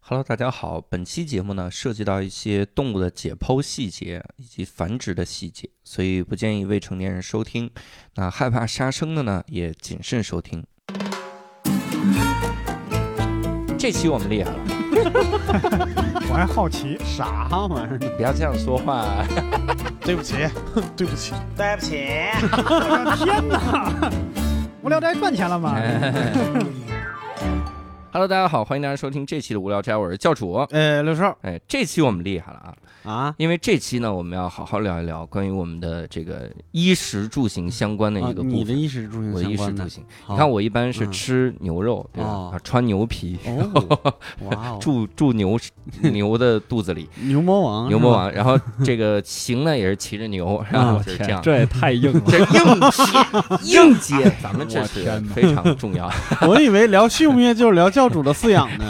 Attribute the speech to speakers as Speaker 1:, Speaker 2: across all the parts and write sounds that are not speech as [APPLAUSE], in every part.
Speaker 1: Hello，大家好，本期节目呢涉及到一些动物的解剖细节以及繁殖的细节，所以不建议未成年人收听。那害怕杀生的呢，也谨慎收听。这期我们厉害了，
Speaker 2: 我还好奇，
Speaker 3: 啥玩意儿？
Speaker 1: 你不要这样说话。 [LAUGHS]
Speaker 3: 对不起， [LAUGHS] 对不起，哎
Speaker 4: 对不起，
Speaker 2: 天哪！无聊斋赚钱了吗？
Speaker 3: 哎
Speaker 1: Hello，大家好，欢迎大家收听这期的无聊斋，我是教主。
Speaker 3: 呃，刘少
Speaker 1: 哎，这期我们厉害了啊！
Speaker 3: 啊，
Speaker 1: 因为这期呢，我们要好好聊一聊关于我们的这个衣食住行相关的一个部
Speaker 3: 啊你
Speaker 1: 分。
Speaker 3: 的衣食住行
Speaker 1: 我的
Speaker 3: 相
Speaker 1: 衣食
Speaker 3: 关的
Speaker 1: 住，行，你看
Speaker 3: 我
Speaker 1: 我一般是吃牛肉，对吧？
Speaker 3: 哦
Speaker 1: 啊穿牛皮， [LAUGHS]
Speaker 3: 哦，哇哦，
Speaker 1: 住住牛 [LAUGHS] 牛的肚子里，
Speaker 3: 牛魔王，
Speaker 1: 牛魔，王。然后这个行呢也是骑着牛， [LAUGHS] 然后
Speaker 3: 啊
Speaker 1: 就是这样。
Speaker 2: 这也太硬了。
Speaker 1: 这硬硬接，咱们这
Speaker 2: 我
Speaker 1: 是
Speaker 2: 天哪
Speaker 1: 非常重要。 [LAUGHS]
Speaker 3: 我以为聊畜牧业就是聊教主的饲养呢。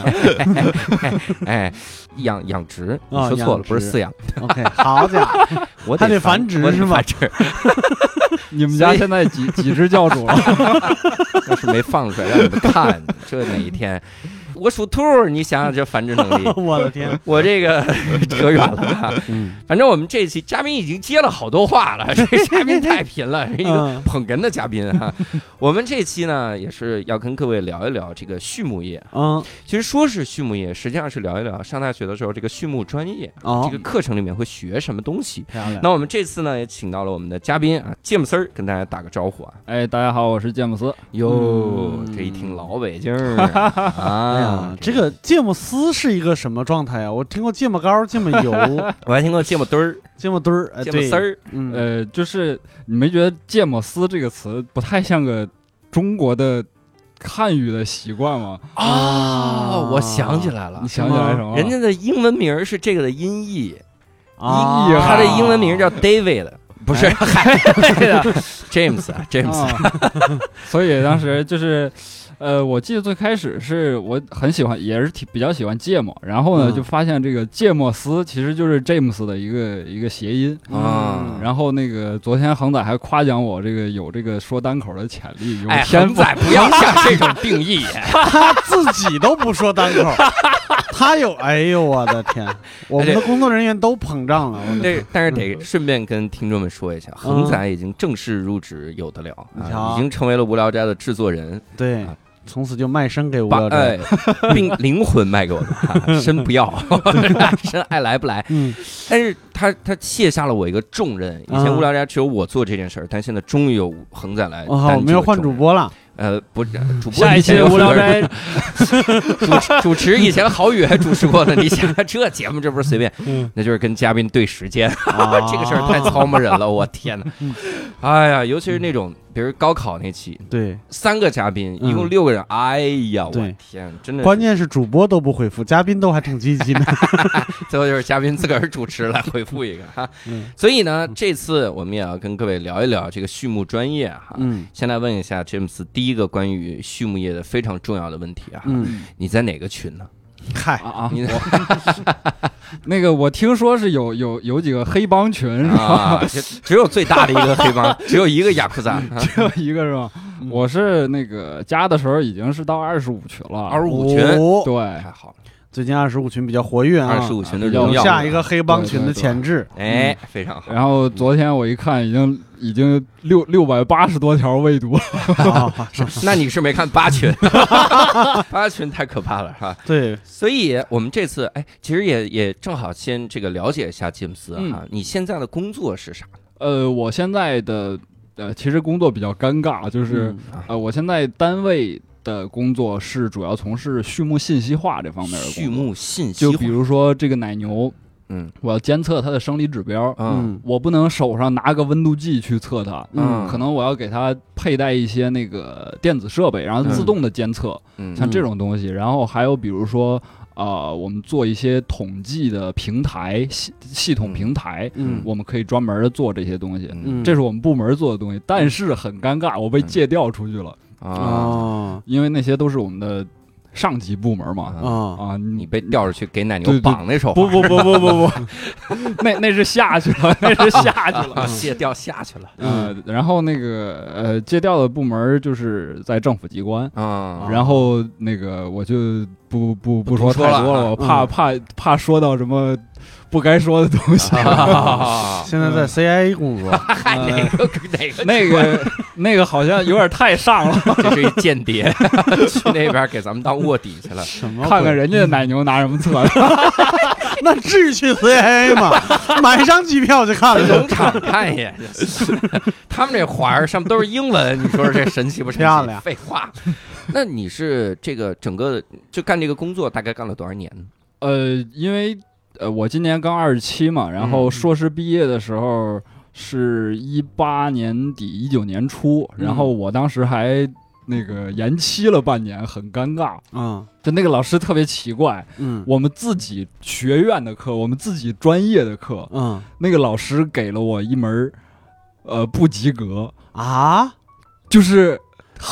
Speaker 1: 哎，养养殖，你
Speaker 3: 啊
Speaker 1: 说错了，
Speaker 3: 养
Speaker 1: 不是
Speaker 3: 殖
Speaker 1: 饲养， [LAUGHS]
Speaker 3: OK，好家伙，
Speaker 1: 我
Speaker 3: 还
Speaker 1: 得
Speaker 3: 得繁殖
Speaker 1: 我得
Speaker 3: 是吗，
Speaker 1: 繁殖，
Speaker 2: 你们家现
Speaker 1: [LAUGHS]
Speaker 2: 在几几只教主了？
Speaker 1: 要是没放出来让你们看，这哪一天我属兔儿，你想想这繁殖能力
Speaker 3: 我的天，
Speaker 1: 我这个 [LAUGHS] 扯远了啊。
Speaker 3: 嗯，
Speaker 1: 反正我们这一期嘉宾已经接了好多话
Speaker 3: [LAUGHS]
Speaker 1: 了，这嘉宾太贫了，是一个
Speaker 3: 嗯
Speaker 1: 捧哏的嘉宾
Speaker 3: [LAUGHS]
Speaker 1: 啊。我们这期呢，也是要跟各位聊一聊这个畜牧业。
Speaker 3: 嗯，
Speaker 1: 其实说是畜牧业，实际上是聊一聊上大学的时候这个畜牧专业这
Speaker 3: 哦
Speaker 1: 个，课程里面会学什么东西。
Speaker 3: 漂亮，
Speaker 1: 那我们这次呢，也请到了我们的嘉宾啊，芥末丝儿，跟大家打个招呼啊。
Speaker 2: 哎，大家好，我是詹姆斯。
Speaker 1: 哟，
Speaker 3: 嗯
Speaker 1: 这一听老北京儿
Speaker 3: [LAUGHS]
Speaker 1: 啊
Speaker 3: 哎
Speaker 1: 啊
Speaker 3: 呀，，这个芥末丝是一个什么状态啊？我听过芥末膏、芥末
Speaker 1: [LAUGHS]
Speaker 3: 油、
Speaker 1: 我还听过芥末墩儿、
Speaker 3: 芥末墩儿，哎
Speaker 1: 芥末
Speaker 3: 对，
Speaker 1: 丝，儿，
Speaker 3: 嗯，
Speaker 2: 呃，就是你没觉得“芥末丝”这个词不太像个中国的汉语的习惯吗？
Speaker 3: 啊
Speaker 1: 哦，我想起来了
Speaker 2: 你，想起来什
Speaker 3: 哦
Speaker 2: 么了？
Speaker 1: 人家的英文名儿是这个的音译，
Speaker 3: 啊哎
Speaker 2: 英译啊
Speaker 1: 他的英文名叫 David，不是 James
Speaker 3: [LAUGHS]
Speaker 1: 啊
Speaker 3: 哦
Speaker 1: James，
Speaker 2: 啊，所以当时就是，呃，我记得最开始是我很喜欢，也是挺比较喜欢芥末，然后呢，
Speaker 3: 嗯
Speaker 2: 就发现这个芥末丝其实就是 James 的一个一个谐音。
Speaker 1: 啊
Speaker 2: 然后那个昨天恒仔还夸奖我这个有这个说单口的潜力，有
Speaker 1: 哎，
Speaker 2: 天
Speaker 1: 恒
Speaker 2: 赋。
Speaker 1: 仔不要下这种定义， [LAUGHS]
Speaker 3: 他自己都不说单口，他有，哎呦我的
Speaker 1: [LAUGHS]
Speaker 3: 天，我们的工作人员都膨胀了，我的
Speaker 1: 但是但是得顺便跟听众们说一下，恒仔已经正式入职有的聊，
Speaker 3: 嗯你
Speaker 1: 啊
Speaker 3: 瞧
Speaker 1: 已经成为了无聊斋的制作人，
Speaker 3: 对
Speaker 1: 啊，
Speaker 3: 从此就卖身给无
Speaker 1: 把
Speaker 3: 聊斋，
Speaker 1: 哎，并
Speaker 3: [LAUGHS]
Speaker 1: 灵魂卖给我们，啊身不要，身爱来不来。
Speaker 3: 嗯，
Speaker 1: 但是他他卸下了我一个重任，以前
Speaker 3: 啊
Speaker 1: 无聊斋只有我做这件事儿，但现在终于有恒仔来。
Speaker 3: 我哦靠，我们要换主，播了，
Speaker 1: 呃，不是
Speaker 3: 嗯
Speaker 1: 主播。
Speaker 2: 下一期无聊斋， [LAUGHS]
Speaker 1: 主主持以前郝宇还主持过呢，你想这节目这不是随便，
Speaker 3: 嗯，
Speaker 1: 那就是跟嘉宾对时间，[LAUGHS]
Speaker 3: 啊嗯
Speaker 1: 这个事儿
Speaker 3: [LAUGHS]
Speaker 1: 太操磨人了，我天哪！哎呀，尤其是那种比如高考那期，
Speaker 3: 对，
Speaker 1: 三个嘉宾
Speaker 3: 嗯
Speaker 1: 一共六个人，哎呀，我
Speaker 3: 对
Speaker 1: 天，真的
Speaker 3: 关
Speaker 1: 是，
Speaker 3: 键是主播都不回复，嘉宾都还挺积
Speaker 1: [LAUGHS]
Speaker 3: 极呢，
Speaker 1: 最后就是嘉宾自个儿主持来回复一个哈。
Speaker 3: 嗯
Speaker 1: [LAUGHS] 所以呢，这次我们也要跟各位聊一聊这个畜牧专业哈。
Speaker 3: 嗯
Speaker 1: 先来问一下詹姆斯，第一个关于畜牧业的非常重要的问题啊，
Speaker 3: 嗯，
Speaker 1: 你在哪个群呢？
Speaker 3: 嗨
Speaker 2: 啊，啊！
Speaker 1: 你
Speaker 2: 那个我 [LAUGHS] 听说是有有有几个黑帮群是吧？
Speaker 1: [LAUGHS] 啊，
Speaker 2: [LAUGHS]
Speaker 1: 就只有最大的一个黑帮，只有一个雅库扎，
Speaker 2: 只有一个是吧？
Speaker 3: 嗯
Speaker 2: 我是那个加的时候已经是到二十五群了，
Speaker 1: 啊二十五群，
Speaker 3: 哦
Speaker 2: 对，
Speaker 1: 太好了，
Speaker 3: 最近二十五群比较活跃啊，
Speaker 1: 二十五群的荣
Speaker 3: 有
Speaker 1: 耀，
Speaker 2: 哦
Speaker 3: 下一个黑帮群的潜质，
Speaker 1: 哎，
Speaker 2: 嗯
Speaker 1: 非常好。
Speaker 2: 然后昨天我一看，已经已经六六百八十多条未读了。
Speaker 3: 啊
Speaker 1: 那你是没看八
Speaker 2: [LAUGHS]
Speaker 1: 群，八群太可怕了哈。
Speaker 3: 对，
Speaker 1: 所以我们这次，哎，其实也也正好先这个了解一下詹姆斯
Speaker 2: 嗯
Speaker 1: 哈，你现在的工作是啥？
Speaker 2: 呃，我现在的呃，其实工作比较尴尬，就是、
Speaker 3: 嗯
Speaker 2: 呃，我现在单位的工作是主要从事畜牧信息化这方面的工作
Speaker 1: 畜，牧信息
Speaker 2: 就
Speaker 1: 化，
Speaker 2: 比如说这个奶牛，
Speaker 1: 嗯
Speaker 2: 我要监测它的生理指标，
Speaker 1: 嗯
Speaker 2: 我不能手上拿个温度计去测它。
Speaker 1: 嗯
Speaker 2: 可能我要给它佩戴一些那个电子设备，然后自动的监测，
Speaker 1: 嗯
Speaker 2: 像这种东西。然后还有比如说，呃，我们做一些统计的平台系系统平台，
Speaker 3: 嗯
Speaker 2: 我们可以专门的做这些东西。
Speaker 1: 嗯
Speaker 3: 嗯，
Speaker 2: 这是我们部门做的东西，但是很尴尬，我被借调出去了，
Speaker 1: 啊
Speaker 3: 哦，
Speaker 2: 因为那些都是我们的上级部门
Speaker 1: 嗯
Speaker 2: 嘛。
Speaker 1: [LAUGHS]
Speaker 3: 啊，
Speaker 2: 啊，
Speaker 1: 你
Speaker 2: 你
Speaker 1: 被吊着去给奶牛
Speaker 2: 对对
Speaker 1: 绑那手
Speaker 2: 不
Speaker 1: 环，
Speaker 2: 不不不不不，那那是下去了， [LAUGHS] 那是下去了。
Speaker 1: 啊，卸掉下去了
Speaker 2: 嗯，然后那个呃，借调的部门就是在政府机关， [LAUGHS]
Speaker 1: 啊。
Speaker 2: 然后那个我就不不不说
Speaker 1: 不说
Speaker 2: 太
Speaker 1: 了
Speaker 2: 多了，我怕
Speaker 3: 嗯
Speaker 2: 怕怕说到什么不该说的东西。
Speaker 1: 啊
Speaker 3: 现在在 CIA
Speaker 1: [LAUGHS]
Speaker 3: 工作，
Speaker 1: 嗨，哪个哪个
Speaker 2: 那个那个好像有点太上了，
Speaker 1: [LAUGHS] 这是一间谍，去那边给咱们当卧底去
Speaker 2: [LAUGHS]
Speaker 1: 了。
Speaker 3: 什么鬼
Speaker 2: 看看人家奶牛拿什么策略。
Speaker 3: [LAUGHS] 那至于去 CIA
Speaker 2: [LAUGHS]
Speaker 3: 吗？买上机票就看
Speaker 1: 在
Speaker 3: 了
Speaker 1: 农，场看一眼，他们这环儿上面都是英文，你说这神奇不神奇？
Speaker 3: 漂亮
Speaker 1: 废话。那你是这个整个就干这个工作，大概干了多少年呢？
Speaker 2: 呃，因为呃我今年刚二十七嘛，然后
Speaker 1: 嗯
Speaker 2: 硕士毕业的时候是一八年底一九年初，然后我当时还那个延期了半年，很尴尬。
Speaker 3: 嗯
Speaker 2: 就那个老师特别奇怪，
Speaker 3: 嗯
Speaker 2: 我们自己学院的课，我们自己专业的课，
Speaker 3: 嗯
Speaker 2: 那个老师给了我一门儿，呃，不及格，
Speaker 3: 啊，
Speaker 2: 就是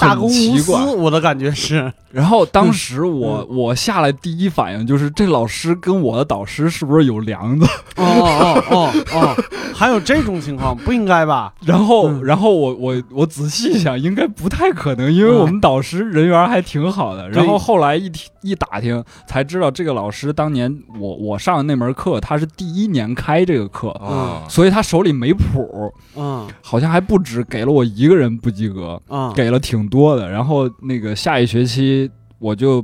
Speaker 3: 大公无
Speaker 2: 很奇
Speaker 3: 私，嗯
Speaker 2: 怪。
Speaker 3: 我的感觉是，
Speaker 2: 然后当时我、我下来第一反应就是，这老师跟我的导师是不是有梁子？ [LAUGHS]
Speaker 3: 哦哦哦哦， [LAUGHS] 还有这种情况，不应该吧？
Speaker 2: 然后、
Speaker 3: 嗯
Speaker 2: 然后我我我仔细想，应该不太可能，因为
Speaker 3: 嗯
Speaker 2: 我们导师人缘还挺好的。
Speaker 3: 对
Speaker 2: 然后后来一听一打听，才知道这个老师当年我我上的那门课，他是第一年开这个课，
Speaker 1: 哦，
Speaker 2: 所以他手里没谱，
Speaker 3: 嗯
Speaker 2: 好像还不止给了我一个人不及格。
Speaker 3: 嗯，
Speaker 2: 给了挺多的。然后那个下一学期我就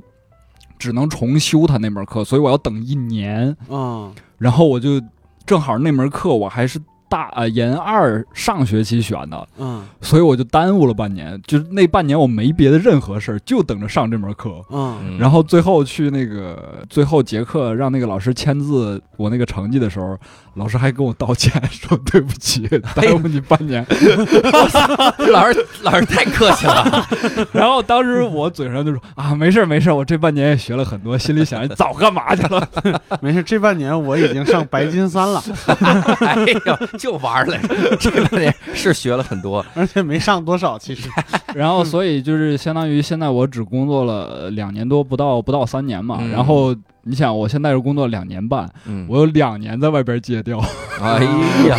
Speaker 2: 只能重修他那门课，所以我要等一年。
Speaker 3: 嗯
Speaker 2: 然后我就正好那门课我还是大呃研二上学期选的，
Speaker 3: 嗯
Speaker 2: 所以我就耽误了半年。就是那半年我没别的任何事儿，就等着上这门课。
Speaker 3: 嗯
Speaker 2: 然后最后去那个最后节课让那个老师签字我那个成绩的时候，老师还跟我道歉说对不
Speaker 1: [LAUGHS]
Speaker 2: 起，
Speaker 1: 哎
Speaker 2: 耽误你半年。
Speaker 1: [LAUGHS] 老师老师太客气了， [LAUGHS]
Speaker 2: 然后当时我嘴上就说啊，没事儿没事儿，我这半年也学了很多，心里想早干嘛去
Speaker 1: [LAUGHS]
Speaker 2: 了？
Speaker 3: 没事，这半年我已经上白金三
Speaker 2: [LAUGHS]
Speaker 3: 了，
Speaker 1: 哎呦，就玩儿来着。这半年是学了很多，
Speaker 3: 而且没上多少，其实，
Speaker 2: 然后所以就是相当于现在我只工作了两年多，不到不到三年嘛。
Speaker 1: 嗯
Speaker 2: 然后你想，我现在是工作两年半，
Speaker 1: 嗯，
Speaker 2: 我有两年在外边借调，
Speaker 1: 哎
Speaker 2: [LAUGHS]
Speaker 1: 呀，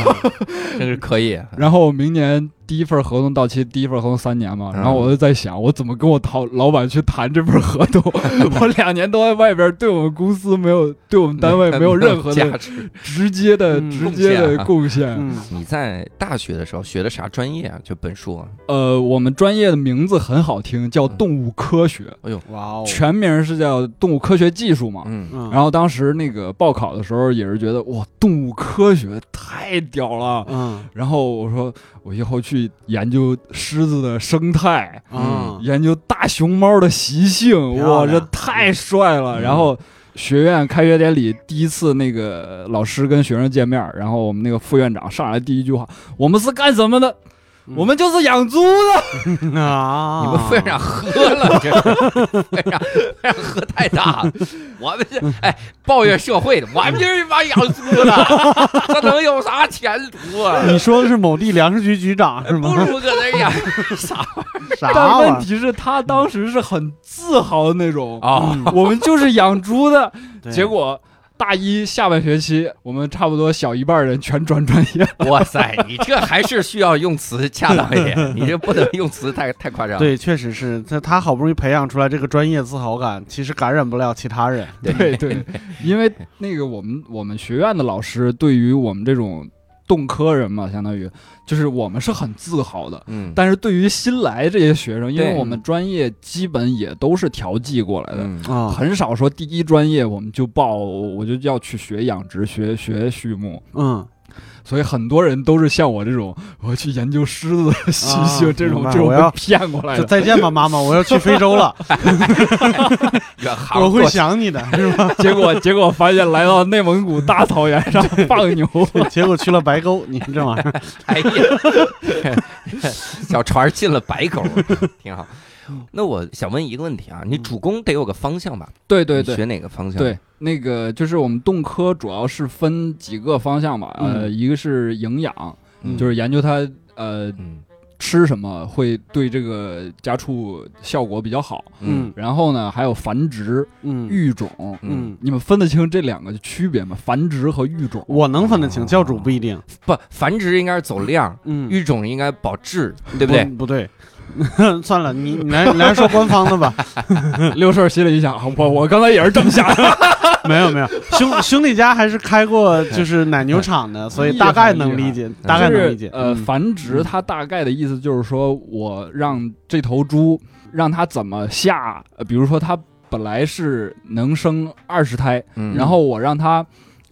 Speaker 1: 真是可以。
Speaker 2: 然后明年第一份合同到期，第一份合同三年嘛，
Speaker 1: 嗯
Speaker 2: 然后我就在想，我怎么跟我讨老板去谈这份合同？我两年多在外边，对我们公司没有，对我们单位没有任何
Speaker 1: 价
Speaker 2: 的
Speaker 1: 值。
Speaker 2: 直接的
Speaker 3: 嗯
Speaker 2: 直接的贡献。
Speaker 3: 嗯
Speaker 1: 你在大学的时候学的啥专业啊？就本硕啊？
Speaker 2: 呃，我们专业的名字很好听，叫
Speaker 1: 嗯
Speaker 2: 动物科学，
Speaker 3: 哇哦，
Speaker 2: 全名是叫动物科学技术嘛。
Speaker 1: 嗯
Speaker 3: 嗯，
Speaker 2: 然后当时那个报考的时候也是觉得哇，动物科学太屌了。
Speaker 3: 嗯
Speaker 2: 然后我说我以后去研究狮子的生态，
Speaker 3: 嗯
Speaker 2: 研究大熊猫的习性，
Speaker 3: 漂
Speaker 2: 哇，
Speaker 3: 亮
Speaker 2: 这太帅了。
Speaker 1: 嗯
Speaker 2: 然后学院开学典礼第一次那个老师跟学生见面，然后我们那个副院长上来第一句话：“我们是干什么的？
Speaker 3: 嗯
Speaker 2: 我们就是养猪的。”嗯
Speaker 3: 啊，
Speaker 1: 你们非让喝了，这非让非让喝太大了。我们这哎抱怨社会的，我们就是一帮养猪的，这能有啥前途啊？
Speaker 3: 你说的是某地粮食局局长是
Speaker 2: [LAUGHS]
Speaker 1: 不
Speaker 3: 吗？
Speaker 1: 如搁那养啥
Speaker 3: 啥
Speaker 2: 但
Speaker 3: 玩意
Speaker 2: 问
Speaker 3: 儿？
Speaker 2: 题是，他当时是很自豪的那种，
Speaker 1: 啊？
Speaker 2: [LAUGHS] 我们就是养猪的。
Speaker 3: 嗯 [LAUGHS] 对
Speaker 2: 结果大一下半学期，我们差不多小一半人全转专业。
Speaker 1: 哇塞，你这还是需要用词恰当一点，你这不能用词太太夸张。
Speaker 3: 对，确实是他，他好不容易培养出来这个专业自豪感，其实感染不了其他人。
Speaker 2: 对对，因为那个我们我们学院的老师对于我们这种动科人嘛，相当于就是我们是很自豪的。
Speaker 1: 嗯，
Speaker 2: 但是对于新来这些学生，因为
Speaker 1: 对
Speaker 2: 我
Speaker 3: 嗯
Speaker 2: 们专业基本也都是调剂过来的，
Speaker 1: 嗯
Speaker 3: 啊
Speaker 2: 很少说第一专业我们就报我就要去学养殖、学学畜牧。
Speaker 3: 嗯，
Speaker 2: 所以很多人都是像我这种，我去研究狮子的习性、
Speaker 3: 啊
Speaker 2: 这
Speaker 3: 明
Speaker 2: 种
Speaker 3: 白
Speaker 2: 这种
Speaker 3: 我要
Speaker 2: 被骗过来
Speaker 3: 就
Speaker 2: 的。
Speaker 3: 再见吧，妈妈，我要去非
Speaker 1: [LAUGHS]
Speaker 3: 洲了，
Speaker 1: 远航
Speaker 3: 我会
Speaker 1: 过去
Speaker 3: 想你的，是吧？ [LAUGHS]
Speaker 2: 结果结果发现来到内蒙古大草原上放牛，
Speaker 3: 结果去了白沟，你这玩意
Speaker 1: [LAUGHS]
Speaker 3: 儿，
Speaker 1: 哎呀，小船儿进了白沟，挺好。那我想问一个问题啊，你主攻得有个方向吧？
Speaker 2: 对对
Speaker 1: 你
Speaker 2: 对
Speaker 1: 学哪个方向？
Speaker 2: 对，那个就是我们动科主要是
Speaker 3: 嗯
Speaker 2: 分几个方向吧，呃，一个是营养，
Speaker 1: 嗯，
Speaker 2: 就是研究它呃
Speaker 1: 嗯
Speaker 2: 吃什么会对这个家畜效果比较好。
Speaker 3: 嗯
Speaker 2: 然后呢，还有繁殖、
Speaker 3: 嗯
Speaker 2: 育种，
Speaker 1: 嗯
Speaker 3: 嗯，
Speaker 2: 你们分得清这两个区别吗？繁殖和育种。
Speaker 3: 我能分得清，教主不一定。
Speaker 1: 不，繁殖应该是走量，
Speaker 3: 嗯，
Speaker 1: 育种应该保质，对不对？
Speaker 3: 不对， [LAUGHS] 算了，你你来你来说官方的吧。 [LAUGHS] 嗯
Speaker 2: 六顺心里一想，啊我我刚才也是这么想的，
Speaker 3: 没有没有，兄兄弟家还是开过
Speaker 1: [LAUGHS]
Speaker 3: 就是奶牛场的，所以大概能理解， [LAUGHS] 大概能理解
Speaker 2: 就。是呃，
Speaker 3: 嗯
Speaker 2: 繁殖它大概的意思就是说，我让这头猪让它怎么下，呃比如说它本来是能生二十胎，
Speaker 1: 嗯
Speaker 2: 然后我让它，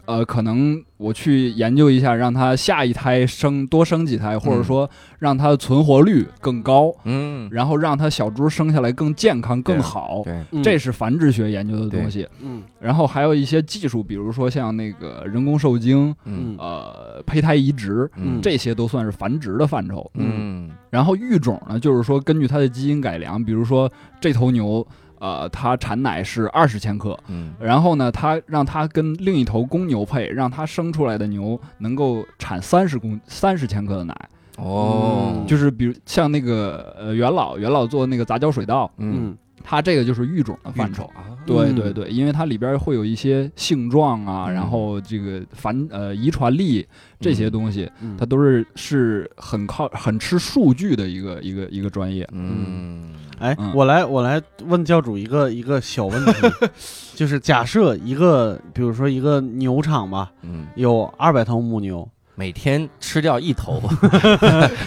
Speaker 2: 呃，可能我去研究一下，让它下一胎生多生几胎，或者说让它的存活率更高，
Speaker 1: 嗯，
Speaker 2: 然后让它小猪生下来更健康、
Speaker 1: 对
Speaker 2: 更好。
Speaker 1: 对，
Speaker 3: 嗯
Speaker 2: 这是繁殖学研究的东西，
Speaker 3: 嗯
Speaker 2: 然后还有一些技术，比如说像那个人工受精、
Speaker 1: 嗯
Speaker 3: 嗯
Speaker 2: 呃胚胎移植，
Speaker 1: 嗯
Speaker 2: 这些都算是繁殖的范畴。
Speaker 1: 嗯
Speaker 2: 然后育种呢，就是说根据它的基因改良，比如说这头牛，呃，它产奶是二十千克，
Speaker 1: 嗯
Speaker 2: 然后呢，它让它跟另一头公牛配，让它生出来的牛能够产三十公三十千克的奶，
Speaker 1: 哦
Speaker 3: 嗯，
Speaker 2: 就是比如像那个呃元老元老做那个杂交水稻，
Speaker 1: 嗯
Speaker 3: 嗯
Speaker 2: 它这个就是育种的范畴。
Speaker 1: 啊，
Speaker 2: 对
Speaker 3: 嗯
Speaker 2: 对对，因为它里边儿会有一些性状啊，
Speaker 1: 嗯
Speaker 2: 然后这个繁呃遗传力这些东西，
Speaker 3: 嗯，
Speaker 2: 它都是是很靠很吃数据的一个一个一个专业。
Speaker 1: 嗯
Speaker 3: 哎
Speaker 2: 嗯，
Speaker 3: 我来我来问教主一个一个
Speaker 1: [LAUGHS]
Speaker 3: 小问题，就是假设一个，比如说一个牛场吧，
Speaker 1: 嗯，
Speaker 3: 有二百头母牛，
Speaker 1: 每天吃掉一头，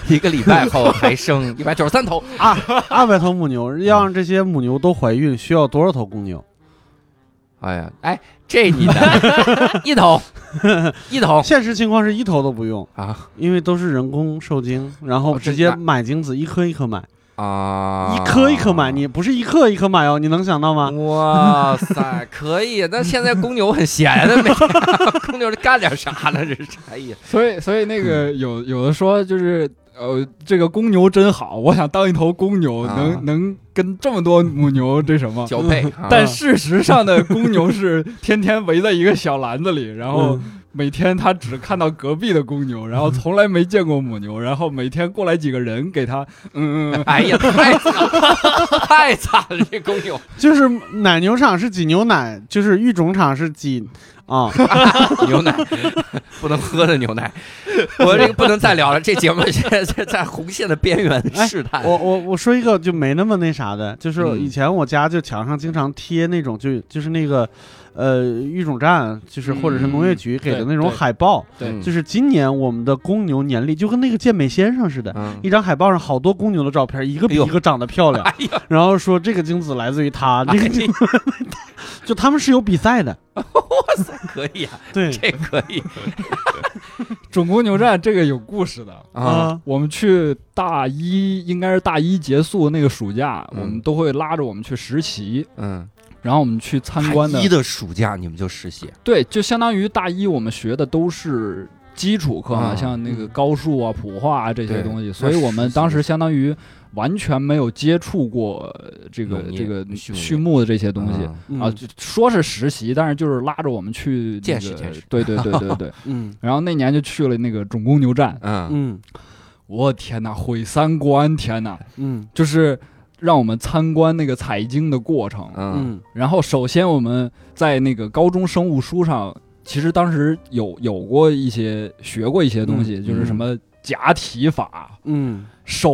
Speaker 1: 一个礼拜后还剩一百九十三头，
Speaker 3: 二二百头母牛要让这些母牛都怀孕，需要多少头公牛？
Speaker 1: 哎呀，哎，这你的一头一
Speaker 3: [LAUGHS]
Speaker 1: 头
Speaker 3: 现实情况是一头都不用，
Speaker 1: 啊
Speaker 3: 因为都是人工受精，然
Speaker 1: 哦
Speaker 3: 后
Speaker 1: 这
Speaker 3: 直接
Speaker 1: 那
Speaker 3: 买精子，一颗一颗买，
Speaker 1: 啊，
Speaker 3: 一颗一颗买，你不是一颗一颗买哦，你能想到吗？
Speaker 1: 哇塞，可以！那现在公牛很闲啊的，每天公牛干点啥呢？这是哎呀，
Speaker 2: 所以所以那
Speaker 1: 嗯
Speaker 2: 个有有的说就是呃这个公牛真好，我想当一头公牛，
Speaker 1: 啊
Speaker 2: 能能跟这么多母牛这什么？
Speaker 1: 交配
Speaker 3: 嗯
Speaker 1: 啊。
Speaker 2: 但事实上的公牛是天天围在一个小篮子里，然后
Speaker 3: 嗯
Speaker 2: 每天他只看到隔壁的公牛，然后从来没见过母牛，然后每天过来几个人给他，嗯，嗯
Speaker 1: 哎呀，太惨了，太惨了！这公牛，
Speaker 3: 就是奶牛场是挤牛奶，就是育种场是挤啊，
Speaker 1: 牛奶不能喝的牛奶，我这个不能再聊了。这节目现在在在红线的边缘试探。
Speaker 3: [LAUGHS] 哎我我我说一个就没那么那啥的，就是
Speaker 1: 嗯
Speaker 3: 以前我家就墙上经常贴那种就就是那个，呃，育种站就是或者是农业局给的那种
Speaker 2: 对对
Speaker 3: 海报，
Speaker 1: 嗯
Speaker 3: 就是今年我们的公牛年历就跟那个健美先生似的。
Speaker 1: 嗯
Speaker 3: 一张海报上好多公牛的照片，一个比
Speaker 1: [LAUGHS] 哎呦哎
Speaker 3: 一个长得漂亮，然后说这个精子来自于他，这个精子 [LAUGHS] 就他们是有比赛的，
Speaker 1: 可以啊，
Speaker 3: 对
Speaker 1: 这可以
Speaker 2: 种公牛站这个有故事的。
Speaker 1: 啊。
Speaker 2: 我们去大一，应该是大一结束那个暑假，
Speaker 1: 嗯
Speaker 2: 我们都会拉着我们去实习，
Speaker 1: 嗯，
Speaker 2: 然后我们去参观的
Speaker 1: 大一，的暑假你们就实习，
Speaker 2: 对，就相当于大一我们学的都是基础课嘛，
Speaker 1: 啊
Speaker 2: 像
Speaker 3: 嗯
Speaker 2: 那个高数啊、普化啊这些
Speaker 1: 对
Speaker 2: 东西，
Speaker 1: 那
Speaker 2: 所以我们
Speaker 1: 实习
Speaker 2: 当时
Speaker 1: 的
Speaker 2: 相当于完全没有接触过呃这个
Speaker 1: 农业
Speaker 2: 这个
Speaker 1: 畜牧业
Speaker 2: 畜牧的这些东西。
Speaker 1: 嗯
Speaker 2: 啊，就说是实习，但是就是拉着我们去、那
Speaker 1: 见
Speaker 2: 个、
Speaker 1: 识见识
Speaker 2: 对对对
Speaker 1: [LAUGHS]
Speaker 2: 对对。
Speaker 3: 嗯
Speaker 2: 然后那年就去了那个种公牛站，
Speaker 1: 嗯
Speaker 3: 嗯
Speaker 2: 我天呐，毁三观！天呐，
Speaker 3: 嗯
Speaker 2: 就是让我们参观那个采精的过程。
Speaker 1: 嗯
Speaker 3: 嗯
Speaker 2: 然后首先我们在那个高中生物书上，其实当时有有过一些学过一些东西，
Speaker 1: 嗯
Speaker 2: 就是什么夹体法、
Speaker 3: 嗯，
Speaker 2: 手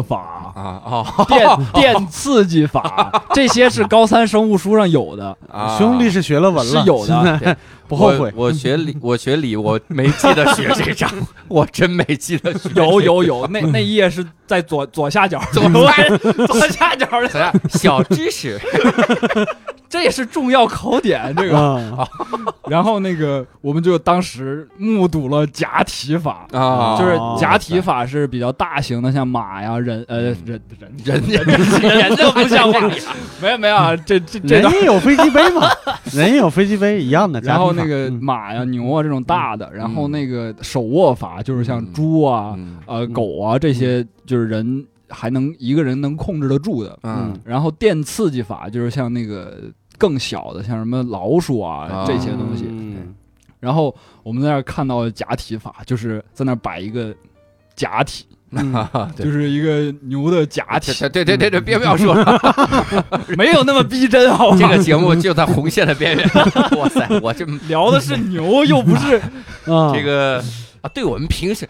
Speaker 1: [LAUGHS]
Speaker 2: 法。
Speaker 1: 啊哦
Speaker 2: 电电刺激法， [LAUGHS] 这些是高三生物书上有的，
Speaker 1: 啊，
Speaker 3: 兄弟是学了文
Speaker 2: 是
Speaker 3: 了，
Speaker 2: 有的
Speaker 3: 现在 [LAUGHS]
Speaker 1: 对
Speaker 3: 不后悔
Speaker 1: 我。我学理，我学理，我没记得学这张， [LAUGHS] 我真没记得学。
Speaker 2: 有有有，那那一页是在左左下角，
Speaker 1: 左左 [LAUGHS] 左下角的小知识，
Speaker 2: [LAUGHS] 这也是重要考点这个。
Speaker 3: 啊，
Speaker 2: 然后那个我们就当时目睹了假体法。
Speaker 1: 啊
Speaker 2: 就是
Speaker 3: 哦
Speaker 2: 假体法是比较大型的，像马呀、人呃
Speaker 1: 嗯
Speaker 2: 人人
Speaker 1: 人家
Speaker 2: 人就不像马，没有没有啊，这这这
Speaker 3: 人
Speaker 2: 段。
Speaker 3: 也有飞机杯嘛，
Speaker 2: [LAUGHS]
Speaker 3: 人也有飞机杯一样的。
Speaker 2: 然后
Speaker 3: 家
Speaker 2: 那
Speaker 3: 庭法
Speaker 2: 个
Speaker 3: 嗯
Speaker 2: 马呀、牛啊这种大的，然后那个手握法就是像猪啊、
Speaker 1: 嗯
Speaker 2: 呃
Speaker 3: 嗯
Speaker 2: 狗啊这些，就是人还能一个人能控制得住的。
Speaker 1: 嗯
Speaker 2: 然后电刺激法就是像那个更小的，像什么老鼠
Speaker 1: 啊
Speaker 2: 啊这些东西。 [LAUGHS]
Speaker 3: 嗯
Speaker 2: 然后我们在那儿看到假体法，就是在那儿摆一个假体，
Speaker 3: 嗯
Speaker 1: 啊，对
Speaker 2: 就是一个牛的假体，
Speaker 1: 对对对对对，别不要说了，
Speaker 2: 没有那么逼真，好
Speaker 1: 这
Speaker 2: 吗？
Speaker 1: 个节目就在红线的边缘。 [LAUGHS] 哇塞，我这
Speaker 2: 聊的是牛，又
Speaker 1: [LAUGHS]
Speaker 2: 不是，
Speaker 3: 啊，
Speaker 1: 这个啊，对我们平时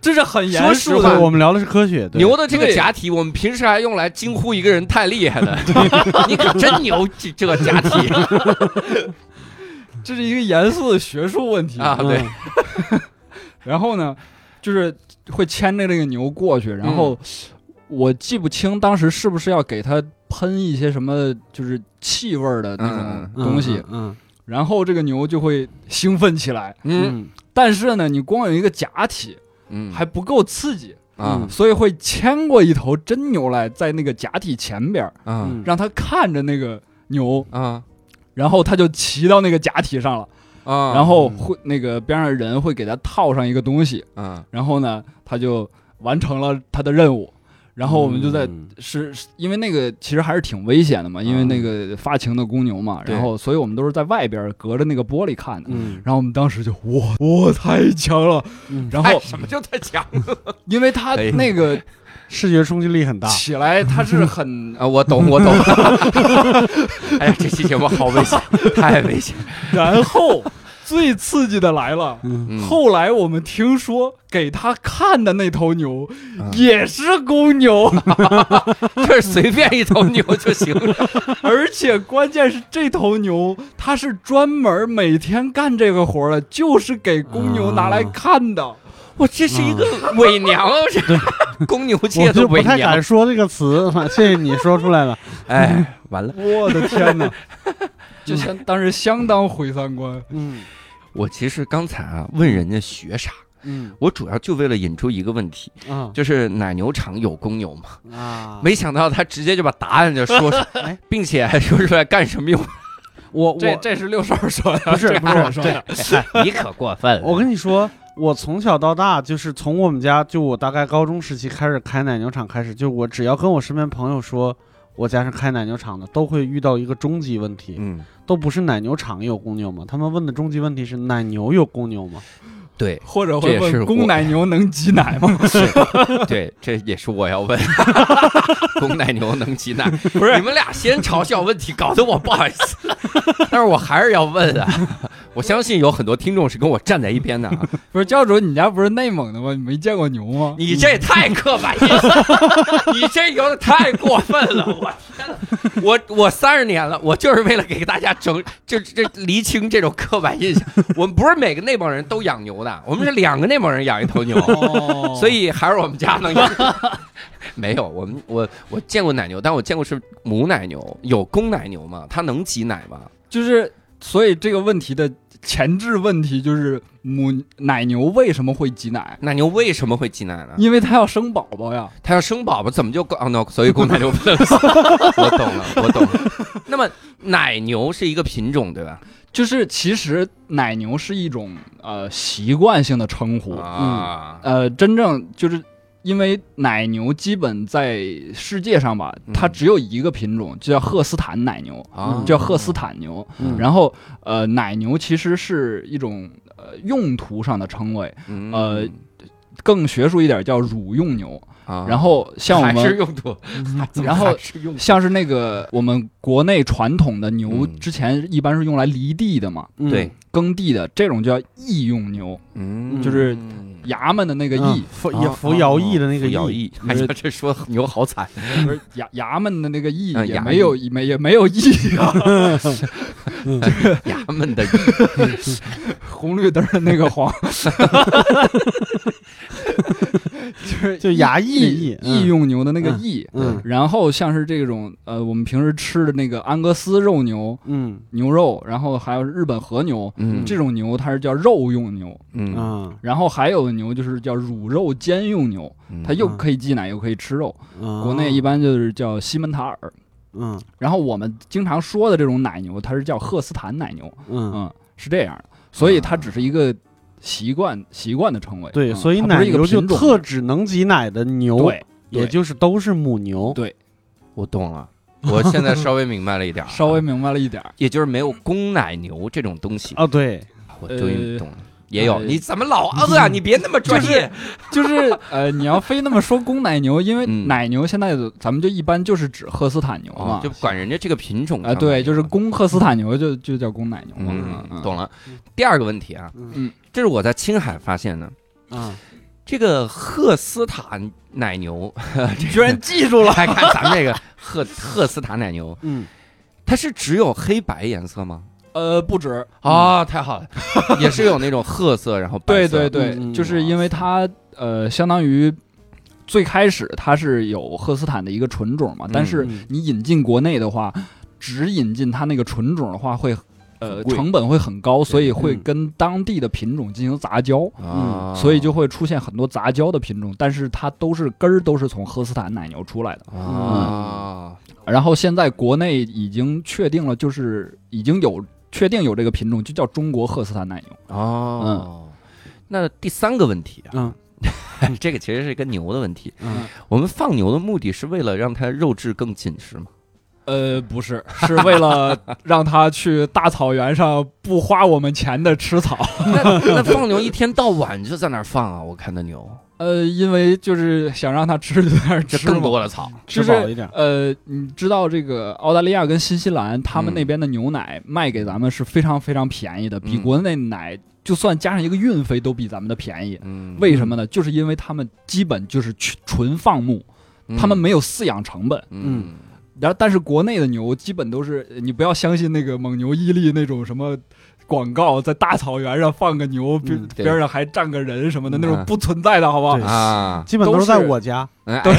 Speaker 2: 这是很
Speaker 1: 说
Speaker 2: 严
Speaker 1: 实
Speaker 2: 肃
Speaker 1: 话
Speaker 2: 嗯的
Speaker 3: 对，我们聊的是科学，对
Speaker 1: 牛的这个
Speaker 2: 对
Speaker 1: 假体，我们平时还用来惊呼一个人太厉 [LAUGHS] 害了，你可真牛，这这个假体
Speaker 2: 这是一个严肃的学术问题
Speaker 1: 啊，
Speaker 3: 嗯
Speaker 1: 对，
Speaker 2: 然后呢，就是会牵着这个牛过去，然后
Speaker 1: 嗯
Speaker 2: 我记不清当时是不是要给它喷一些什么，就是气味儿的那
Speaker 1: 嗯
Speaker 2: 种东西，，
Speaker 3: 嗯
Speaker 2: 然后这个牛就会兴奋起来。
Speaker 1: 嗯
Speaker 3: 嗯
Speaker 2: 但是呢，你光有一个假体
Speaker 1: 嗯，
Speaker 2: 还不够刺激，
Speaker 1: 啊
Speaker 3: 嗯
Speaker 2: 所以会牵过一头真牛来，在那个假体前边儿，
Speaker 1: 啊
Speaker 3: 嗯，
Speaker 2: 让它看着那个牛，
Speaker 1: 啊
Speaker 2: 然后它就骑到那个假体上了，
Speaker 1: 啊，
Speaker 2: 然后
Speaker 3: 嗯
Speaker 2: 会那个边上的人会给它套上一个东西，
Speaker 1: 啊
Speaker 2: 然后呢，他就完成了他的任务。然后我们就在、
Speaker 3: 嗯
Speaker 2: 是是因为那个其实还是挺危险的嘛，因为
Speaker 1: 嗯
Speaker 2: 那个发情的公牛嘛，
Speaker 1: 对
Speaker 2: 然后所以我们都是在外边隔着那个玻璃看的。
Speaker 3: 嗯
Speaker 2: 然后我们当时就哇哇太强了，
Speaker 3: 嗯，
Speaker 2: 然
Speaker 1: 哎
Speaker 2: 后
Speaker 1: 什么叫太强
Speaker 2: 因为他
Speaker 1: 可以
Speaker 2: 那个
Speaker 3: 视觉冲击力
Speaker 2: [LAUGHS]
Speaker 3: 很大，
Speaker 2: 起来他是
Speaker 1: [LAUGHS]
Speaker 2: 很，
Speaker 3: 呃
Speaker 1: 啊？我懂，我懂。哎呀，这期节目好危险，太危险。
Speaker 2: 然后最刺激的来了，
Speaker 3: 嗯
Speaker 1: 嗯
Speaker 2: 后来我们听说给他看的那头牛
Speaker 1: 嗯
Speaker 2: 也是公牛， [LAUGHS]
Speaker 1: 这是随便一头牛就行了。 [LAUGHS]
Speaker 2: 而且关键是这头牛，它是专门每天干这个活儿的，就是给公牛拿来看
Speaker 1: 啊
Speaker 2: 的。
Speaker 1: 我这是一个伪娘啊，我这公牛界
Speaker 3: 嗯我
Speaker 1: 的
Speaker 3: 就不
Speaker 1: 伪
Speaker 3: 太敢嗯
Speaker 1: 娘。
Speaker 3: 说这个词， [LAUGHS] 谢谢你说出来了，
Speaker 1: 哎，完了，
Speaker 2: [LAUGHS] 我的天哪！就相当时相当毁三观。
Speaker 3: 嗯
Speaker 1: 我其实刚才啊问人家学啥，
Speaker 3: 嗯
Speaker 1: 我主要就为了引出一个问题，
Speaker 3: 啊
Speaker 1: 就是奶牛场有公牛吗？
Speaker 3: 啊，
Speaker 1: 没想到他直接就把答案就说出来
Speaker 3: 哎，
Speaker 1: 并且还说出来干什么用？
Speaker 3: 我
Speaker 2: 这
Speaker 3: 我
Speaker 2: 这是六少说的，
Speaker 3: 不是
Speaker 2: [LAUGHS] 这
Speaker 3: 不是
Speaker 2: 我说的。
Speaker 1: 哎你可过分
Speaker 3: 我跟你说，我从小到大就是从我们家，就我大概高中时期开始开奶牛场开始，就我只要跟我身边朋友说我家是开奶牛场的，都会遇到一个终极问题，
Speaker 1: 嗯，
Speaker 3: 都不是奶牛场有公牛吗？他们问的终极问题是奶牛有公牛吗？
Speaker 1: 对，
Speaker 2: 或者
Speaker 1: 这
Speaker 2: 会
Speaker 1: 也是
Speaker 2: 问
Speaker 1: 我
Speaker 2: 公奶牛能挤奶
Speaker 1: [LAUGHS]
Speaker 2: 吗？
Speaker 1: 是，对，这也是我要问， [LAUGHS] 公奶牛能挤奶？ [LAUGHS] 不是，你们俩先嘲笑问题，搞得我不好意思， [LAUGHS] 但是我还是要问啊。我相信有很多听众是跟我站在一边的啊，
Speaker 2: 不是教主，你家不是内蒙的吗？你没见过牛
Speaker 1: [LAUGHS]
Speaker 2: 吗？
Speaker 1: 你这也太刻板印象，你这有点太过分了，我天呐，我我三十年了，我就是为了给大家整这这厘清这种刻板印象。我们不是每个内蒙人都养牛的，我们是两个内蒙人养一头牛，
Speaker 2: 哦
Speaker 1: 所以还是我们家能
Speaker 2: [LAUGHS]
Speaker 1: 养。没有，我们我我见过奶牛，但我见过是母奶牛，有公奶牛吗？它能挤奶吗？
Speaker 2: 就是，所以这个问题的前置问题就是母奶牛为什么会挤奶？
Speaker 1: 奶牛为什么会挤奶呢？
Speaker 2: 因为它要生宝宝呀。
Speaker 1: 他要生宝宝，怎么就啊 no？所以公奶牛不能
Speaker 2: [LAUGHS]
Speaker 1: 死。我懂了，我懂了。那么奶牛是一个品种，对吧？
Speaker 2: 就是其实奶牛是一种呃习惯性的称呼，
Speaker 1: 啊，
Speaker 2: 呃，真正就是因为奶牛基本在世界上吧，
Speaker 1: 嗯
Speaker 2: 它只有一个品种，就叫赫斯坦奶牛，
Speaker 1: 啊，
Speaker 2: 叫赫斯坦牛。
Speaker 3: 嗯
Speaker 2: 然后呃，奶牛其实是一种呃用途上的称谓，
Speaker 1: 嗯
Speaker 2: 呃更学术一点叫乳用牛。
Speaker 1: 啊
Speaker 2: 然后像我
Speaker 1: 还是
Speaker 2: 们。嗯
Speaker 1: 用途，怎么
Speaker 2: 然后
Speaker 1: 还是用途
Speaker 2: 像是那个我们国内传统的牛，
Speaker 1: 嗯
Speaker 2: 之前一般是用来犁地的嘛，
Speaker 3: 嗯
Speaker 1: 对，
Speaker 2: 耕地的，这种叫役用牛。
Speaker 1: 嗯
Speaker 2: 就是衙门的那个役
Speaker 3: 嗯，扶
Speaker 1: 啊
Speaker 3: 也扶摇曳的那
Speaker 1: 那
Speaker 3: 个
Speaker 1: 徭
Speaker 3: 役，
Speaker 1: 役。哎呀，这说牛好
Speaker 2: [LAUGHS]
Speaker 1: 惨，
Speaker 2: 不是衙衙门的那个役，
Speaker 1: 嗯
Speaker 2: 也
Speaker 1: 衙
Speaker 2: 没有没也没有役啊， [LAUGHS]
Speaker 1: 衙门的役
Speaker 2: 红绿灯的那个黄，就
Speaker 3: [LAUGHS]
Speaker 2: 是
Speaker 3: 就衙役的
Speaker 2: 役
Speaker 3: 役
Speaker 2: 役，用牛的那个役。
Speaker 3: 嗯
Speaker 2: 然后像是这种呃，我们平时吃的那个安格斯肉牛
Speaker 3: 嗯
Speaker 2: 牛肉，然后还有日本和牛，
Speaker 1: 嗯
Speaker 2: 这种牛它是叫肉用牛。
Speaker 3: 嗯
Speaker 1: 嗯，
Speaker 3: 啊
Speaker 2: 然后还有的牛就是叫乳肉兼用牛，它又
Speaker 3: 嗯
Speaker 2: 可以挤奶又可以吃肉。
Speaker 3: 啊，
Speaker 2: 国内一般就是叫西门塔尔。
Speaker 3: 嗯
Speaker 2: 然后我们经常说的这种奶牛，它是叫赫斯坦奶牛，
Speaker 3: 嗯。
Speaker 2: 嗯，是这样的，所以它
Speaker 1: 啊
Speaker 2: 只是一个习惯习惯的称谓。
Speaker 3: 嗯对，
Speaker 2: 嗯
Speaker 3: 所以
Speaker 2: 它不
Speaker 3: 奶
Speaker 2: 是一个
Speaker 3: 牛就
Speaker 2: 品种
Speaker 3: 特指能挤奶的牛，
Speaker 2: 对，
Speaker 3: 也就是都是母牛。
Speaker 1: 我懂了，我现在稍微明白了一点
Speaker 3: 啊
Speaker 1: 儿，
Speaker 2: [LAUGHS]
Speaker 1: 啊
Speaker 2: 稍微明白了一点儿。
Speaker 1: 也就是没有公奶牛这种东西，
Speaker 2: 呃
Speaker 3: 哦，对，
Speaker 1: 我终于懂了。也有。
Speaker 2: 哎
Speaker 1: 你怎么老嗯啊？你别那么专业。
Speaker 3: [LAUGHS]
Speaker 2: 就是呃，你要非那么说公奶牛，因为
Speaker 1: 嗯
Speaker 2: 奶牛现在咱们就一般就是指赫斯坦牛
Speaker 3: 哦
Speaker 2: 嘛，
Speaker 1: 哦就管人家这个品种
Speaker 2: 啊，对，就是
Speaker 3: 嗯
Speaker 2: 公赫斯坦牛就就叫公奶牛嘛
Speaker 1: 嗯，
Speaker 2: 嗯，
Speaker 1: 懂了。第二个问题啊，
Speaker 3: 嗯
Speaker 2: 嗯
Speaker 1: 这是我在青海发现的，
Speaker 3: 啊，
Speaker 1: 这个赫斯坦奶牛， [LAUGHS]
Speaker 2: 居然记住了，
Speaker 1: 来看咱们这个赫赫斯坦奶牛，
Speaker 3: 嗯，
Speaker 1: 它是只有黑白颜色吗？
Speaker 2: 呃，不止，
Speaker 1: 啊、太好了， [LAUGHS] 也是有那种褐色，然后白
Speaker 2: 对
Speaker 1: 色
Speaker 2: 对对，
Speaker 3: 嗯嗯
Speaker 2: 就是因为它呃，相当于最开始它是有赫斯坦的一个纯种嘛，
Speaker 1: 嗯
Speaker 2: 但是
Speaker 3: 嗯
Speaker 2: 你引进国内的话，只引进它那个纯种的话会。呃
Speaker 1: 很，贵
Speaker 2: 成本会很高，所以会
Speaker 3: 嗯
Speaker 2: 跟当地的品种进行杂交。
Speaker 1: 啊，
Speaker 2: 嗯所以就会出现很多杂交的品种，但是它都是根儿都是从赫斯坦奶牛出来的。
Speaker 1: 啊，
Speaker 2: 然后现在国内已经确定了，就是已经有确定有这个品种，就叫中国赫斯坦奶牛。
Speaker 1: 哦，那第三个问题啊，
Speaker 3: 嗯
Speaker 2: [LAUGHS]
Speaker 1: 这个其实是跟牛的问题。
Speaker 3: 嗯
Speaker 1: 我们放牛的目的是为了让它肉质更紧实嘛？
Speaker 2: [LAUGHS] 呃，不 [LAUGHS] 是，是为了让它去大草原上不花我们钱的吃草。
Speaker 1: 那那放牛一天到晚就在那儿放啊，我看那牛
Speaker 2: [LAUGHS] 呃，因为就是想让它吃就在那儿
Speaker 1: 这
Speaker 2: 吃
Speaker 1: 更
Speaker 2: 嘛
Speaker 1: 多的草，
Speaker 3: 吃
Speaker 2: 就是
Speaker 3: 饱一点，
Speaker 2: 呃，你知道这个澳大利亚跟新西兰，他们
Speaker 1: 嗯
Speaker 2: 那边的牛奶卖给咱们是非常非常便宜的，比
Speaker 1: 嗯
Speaker 2: 国内奶就算加上一个运费都比咱们的便宜。
Speaker 1: 嗯
Speaker 2: 为什么呢？就是因为他们基本就是去纯放牧，他们，没有饲养成本。
Speaker 1: 嗯
Speaker 2: 然后，但是国内的牛基本都是，你不要相信那个蒙牛、伊利那种什么广告，在大草原上放个牛，边、
Speaker 1: 嗯对
Speaker 2: 边上还站个人什么的，那种
Speaker 1: 嗯
Speaker 2: 不存在的，好不好
Speaker 3: 对？
Speaker 1: 啊，
Speaker 3: 基本都
Speaker 2: 都
Speaker 3: 是在
Speaker 2: 是
Speaker 3: 我家，
Speaker 1: 哎
Speaker 2: 对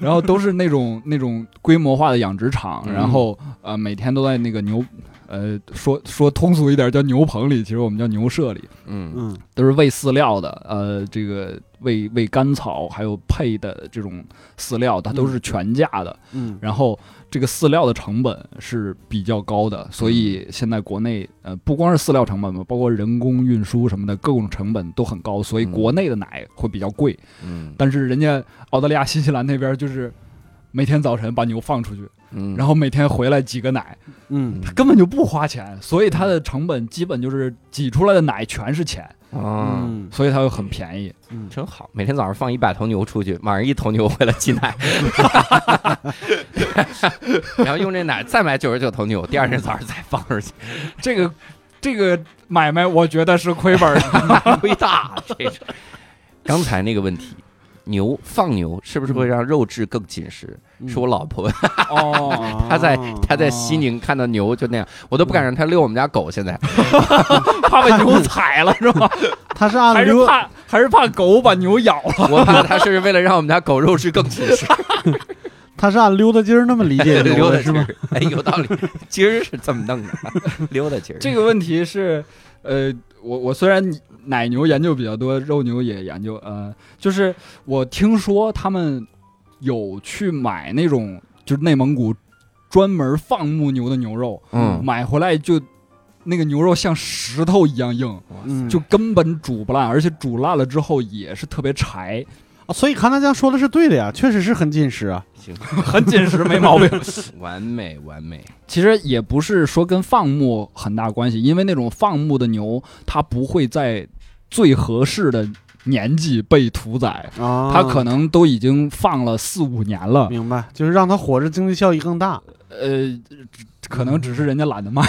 Speaker 2: 然后都是那种那种规模化的养殖场，
Speaker 1: 嗯
Speaker 2: 然后呃每天都在那个牛，呃说说通俗一点叫牛棚里，其实我们叫牛舍里，
Speaker 1: 嗯
Speaker 3: 嗯
Speaker 2: 都是喂饲料的，呃这个喂喂干草，还有配的这种饲料，它都是全价的。
Speaker 3: 嗯
Speaker 2: 然后这个饲料的成本是比较高的，所以现在国内呃不光是饲料成本吧，包括人工运输什么的各种成本都很高，所以
Speaker 1: 嗯
Speaker 2: 国内的奶会比较贵。
Speaker 1: 嗯
Speaker 2: 但是人家澳大利亚、新西兰那边就是每天早晨把牛放出去，
Speaker 1: 嗯，
Speaker 2: 然后每天回来挤个奶，
Speaker 3: 嗯
Speaker 2: 根本就不花钱，所以它的成本基本就是挤出来的奶全是钱，
Speaker 1: 后啊。
Speaker 3: 嗯
Speaker 2: 所以它又很便宜。
Speaker 3: 嗯，
Speaker 1: 真好，每天早上放一百头牛出去，晚上一头牛回来 [LAUGHS] 挤
Speaker 2: [LAUGHS]
Speaker 1: 奶，然后用这奶再买九十九头牛，第二天早上再放出去，
Speaker 2: 这个这个买卖，我觉得是亏本的。 [LAUGHS]
Speaker 1: 亏大了。这是刚才那个问题，牛放牛是不是会让肉质更紧实？[LAUGHS]
Speaker 3: 嗯
Speaker 1: 是我老婆问，
Speaker 2: 哦，
Speaker 3: 啊
Speaker 1: 她在她在西宁看到牛就那样，我都不敢让她遛我们家狗。现
Speaker 2: [LAUGHS]
Speaker 1: 在
Speaker 2: 怕把牛踩了是吧？
Speaker 3: 他是按
Speaker 2: 还是
Speaker 3: 溜，
Speaker 2: 怕还是怕狗把牛咬了？
Speaker 1: 我怕她是为了让我们家狗肉质更紧实，
Speaker 3: 他是按溜达筋儿那么理
Speaker 1: [LAUGHS]
Speaker 3: 解
Speaker 1: 溜达
Speaker 3: 牛的是
Speaker 1: 筋
Speaker 3: 吗？
Speaker 1: 儿。哎，有道理， [LAUGHS] 今儿是这么弄的， [LAUGHS] 溜达筋儿。
Speaker 2: [LAUGHS] 这个问题是，呃，我我虽然奶牛研究比较多，肉牛也研究，呃，就是我听说他们有去买那种就是内蒙古专门放牧牛的牛肉，
Speaker 1: 嗯
Speaker 2: 买回来就那个牛肉像石头一样硬，
Speaker 3: 嗯，
Speaker 2: 就根本煮不烂，而且煮烂了之后也是特别柴，
Speaker 3: 啊所以康大江说的是对的呀，确实是很紧实啊。
Speaker 1: 行，
Speaker 2: 很紧实，没毛病。
Speaker 1: [LAUGHS] 完美完美。
Speaker 2: 其实也不是说跟放牧很大关系，因为那种放牧的牛，它不会在最合适的年纪被屠宰，
Speaker 3: 啊，
Speaker 2: 它可能都已经放了四五年了，
Speaker 3: 明白，就是让他活着经济效益更大。
Speaker 2: 呃，可能只是人家懒得卖。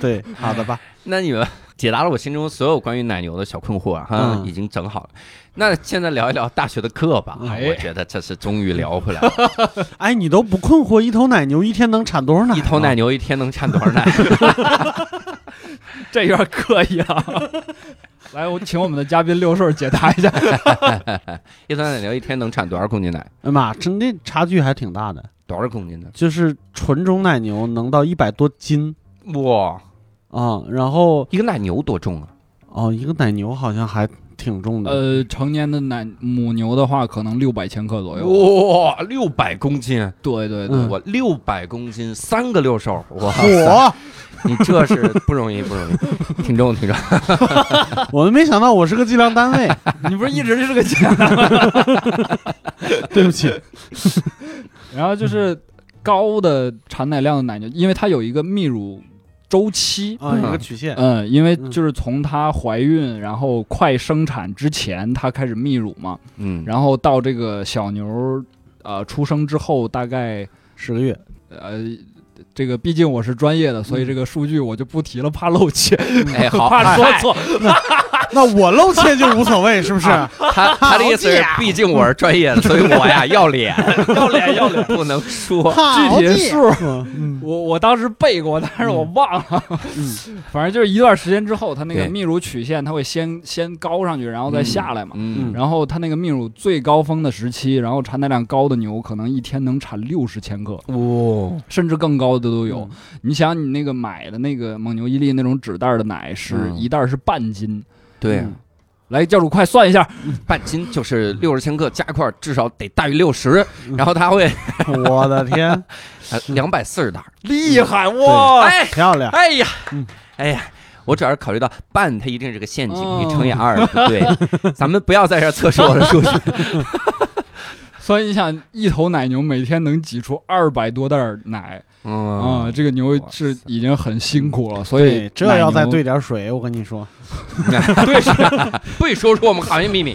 Speaker 3: 对，好的吧。
Speaker 1: 那你们解答了我心中所有关于奶牛的小困惑啊，哈，
Speaker 3: 嗯
Speaker 1: 已经整好了。那现在聊一聊大学的课吧，啊
Speaker 2: 哎
Speaker 1: 我觉得这是终于聊回来 [LAUGHS] 了。
Speaker 3: 哎，你都不困惑，一头奶牛一天能产多少奶？
Speaker 1: 一头奶，牛一天能产多少 [LAUGHS] 奶？
Speaker 2: 这有点刻意
Speaker 1: 啊
Speaker 2: 了。来，我请我们的嘉宾六顺解答
Speaker 3: [LAUGHS]
Speaker 2: 一下。
Speaker 1: 一头奶牛一天能产多少公斤奶？
Speaker 3: 哎妈，真的差距还挺大的。
Speaker 1: 多少公斤呢？
Speaker 3: 就是纯种奶牛能到一百多斤
Speaker 1: 哇，
Speaker 3: 啊、然后
Speaker 1: 一个奶牛多重啊？
Speaker 3: 哦，一个奶牛好像还挺重的。
Speaker 2: 呃，成年的奶母牛的话，可能六百千克左右。
Speaker 1: 哇，六百公斤！
Speaker 2: 对对对，
Speaker 3: 嗯
Speaker 1: 我六百公斤，三个六兽，哇
Speaker 3: 啊
Speaker 1: 塞！
Speaker 2: 啊
Speaker 3: 火！
Speaker 1: 你这是不容易，不容易，挺重挺重。
Speaker 3: 我们没想到我是个计量单位，
Speaker 2: [LAUGHS] 你不是一直是个姐
Speaker 3: [LAUGHS] 对不起。
Speaker 2: 然后就是高的产奶量的奶牛，因为它有一个泌乳周期。
Speaker 3: 啊，一
Speaker 1: 嗯
Speaker 3: 个
Speaker 1: [LAUGHS]
Speaker 3: 曲线，
Speaker 2: 嗯，因为
Speaker 3: 嗯
Speaker 2: 就是从她怀孕，然后快生产之前，她开始泌乳嘛，
Speaker 1: 嗯，
Speaker 2: 然后到这个小牛儿呃出生之后，大概
Speaker 3: 十个月，
Speaker 2: 呃，这个毕竟我是专业的，所以
Speaker 3: 嗯
Speaker 2: 这个数据我就不提了，怕漏气，
Speaker 1: [LAUGHS] 哎，好，
Speaker 2: [LAUGHS] 怕说错。
Speaker 3: 那我露怯就无所谓，是不是？
Speaker 1: 他他的意思
Speaker 3: 好
Speaker 1: 是
Speaker 3: 家，伙
Speaker 1: 毕竟我是专业的，所以我呀要脸，要脸，要脸， [LAUGHS] 不能说。
Speaker 3: 好
Speaker 2: 具体
Speaker 3: 的
Speaker 2: 数
Speaker 3: 嗯
Speaker 2: 我我当时背过，但是我忘了。
Speaker 3: 嗯
Speaker 2: [LAUGHS] 反正就是一段时间之后，它那个
Speaker 1: 对
Speaker 2: 泌乳曲线，它会先先高上去，然后再下来嘛。
Speaker 1: 嗯，
Speaker 2: 然后它那个泌乳最高峰的时期，然后产奶量高的牛，可能一天能产六十千克，
Speaker 1: 哦，
Speaker 2: 甚至更高的都有。
Speaker 3: 嗯
Speaker 2: 你想，你那个买的那个蒙牛伊利那种纸袋儿的奶是，
Speaker 1: 嗯
Speaker 2: 一袋儿是半斤。
Speaker 1: 对啊，
Speaker 3: 嗯
Speaker 2: 来，教主快算一下， [LAUGHS]
Speaker 1: 半斤就是六十千克，加一块儿至少得大于六十，
Speaker 3: 嗯
Speaker 1: 然后他会呃
Speaker 3: 我的天，
Speaker 1: 两百四十袋儿。
Speaker 2: 厉害
Speaker 3: 哇！
Speaker 1: 哎
Speaker 3: 漂亮！
Speaker 1: 哎呀
Speaker 3: 哦嗯，
Speaker 1: 哎呀。我主要是考虑到半，它一定是个陷阱，
Speaker 2: 哦
Speaker 1: 你乘以二不对。咱们不要在这儿测试我的数学。
Speaker 2: 所以你想，一头奶牛每天能挤出二百多袋儿奶啊、
Speaker 1: 嗯， [LAUGHS]
Speaker 2: 这个牛
Speaker 1: 哇
Speaker 2: 是
Speaker 1: 塞
Speaker 2: 已经很辛苦了。所以
Speaker 3: 对，这要
Speaker 2: 奶
Speaker 3: 再
Speaker 2: 牛
Speaker 3: 兑点水，我跟你说，
Speaker 1: 对， [LAUGHS] 对，说出我们行业秘密，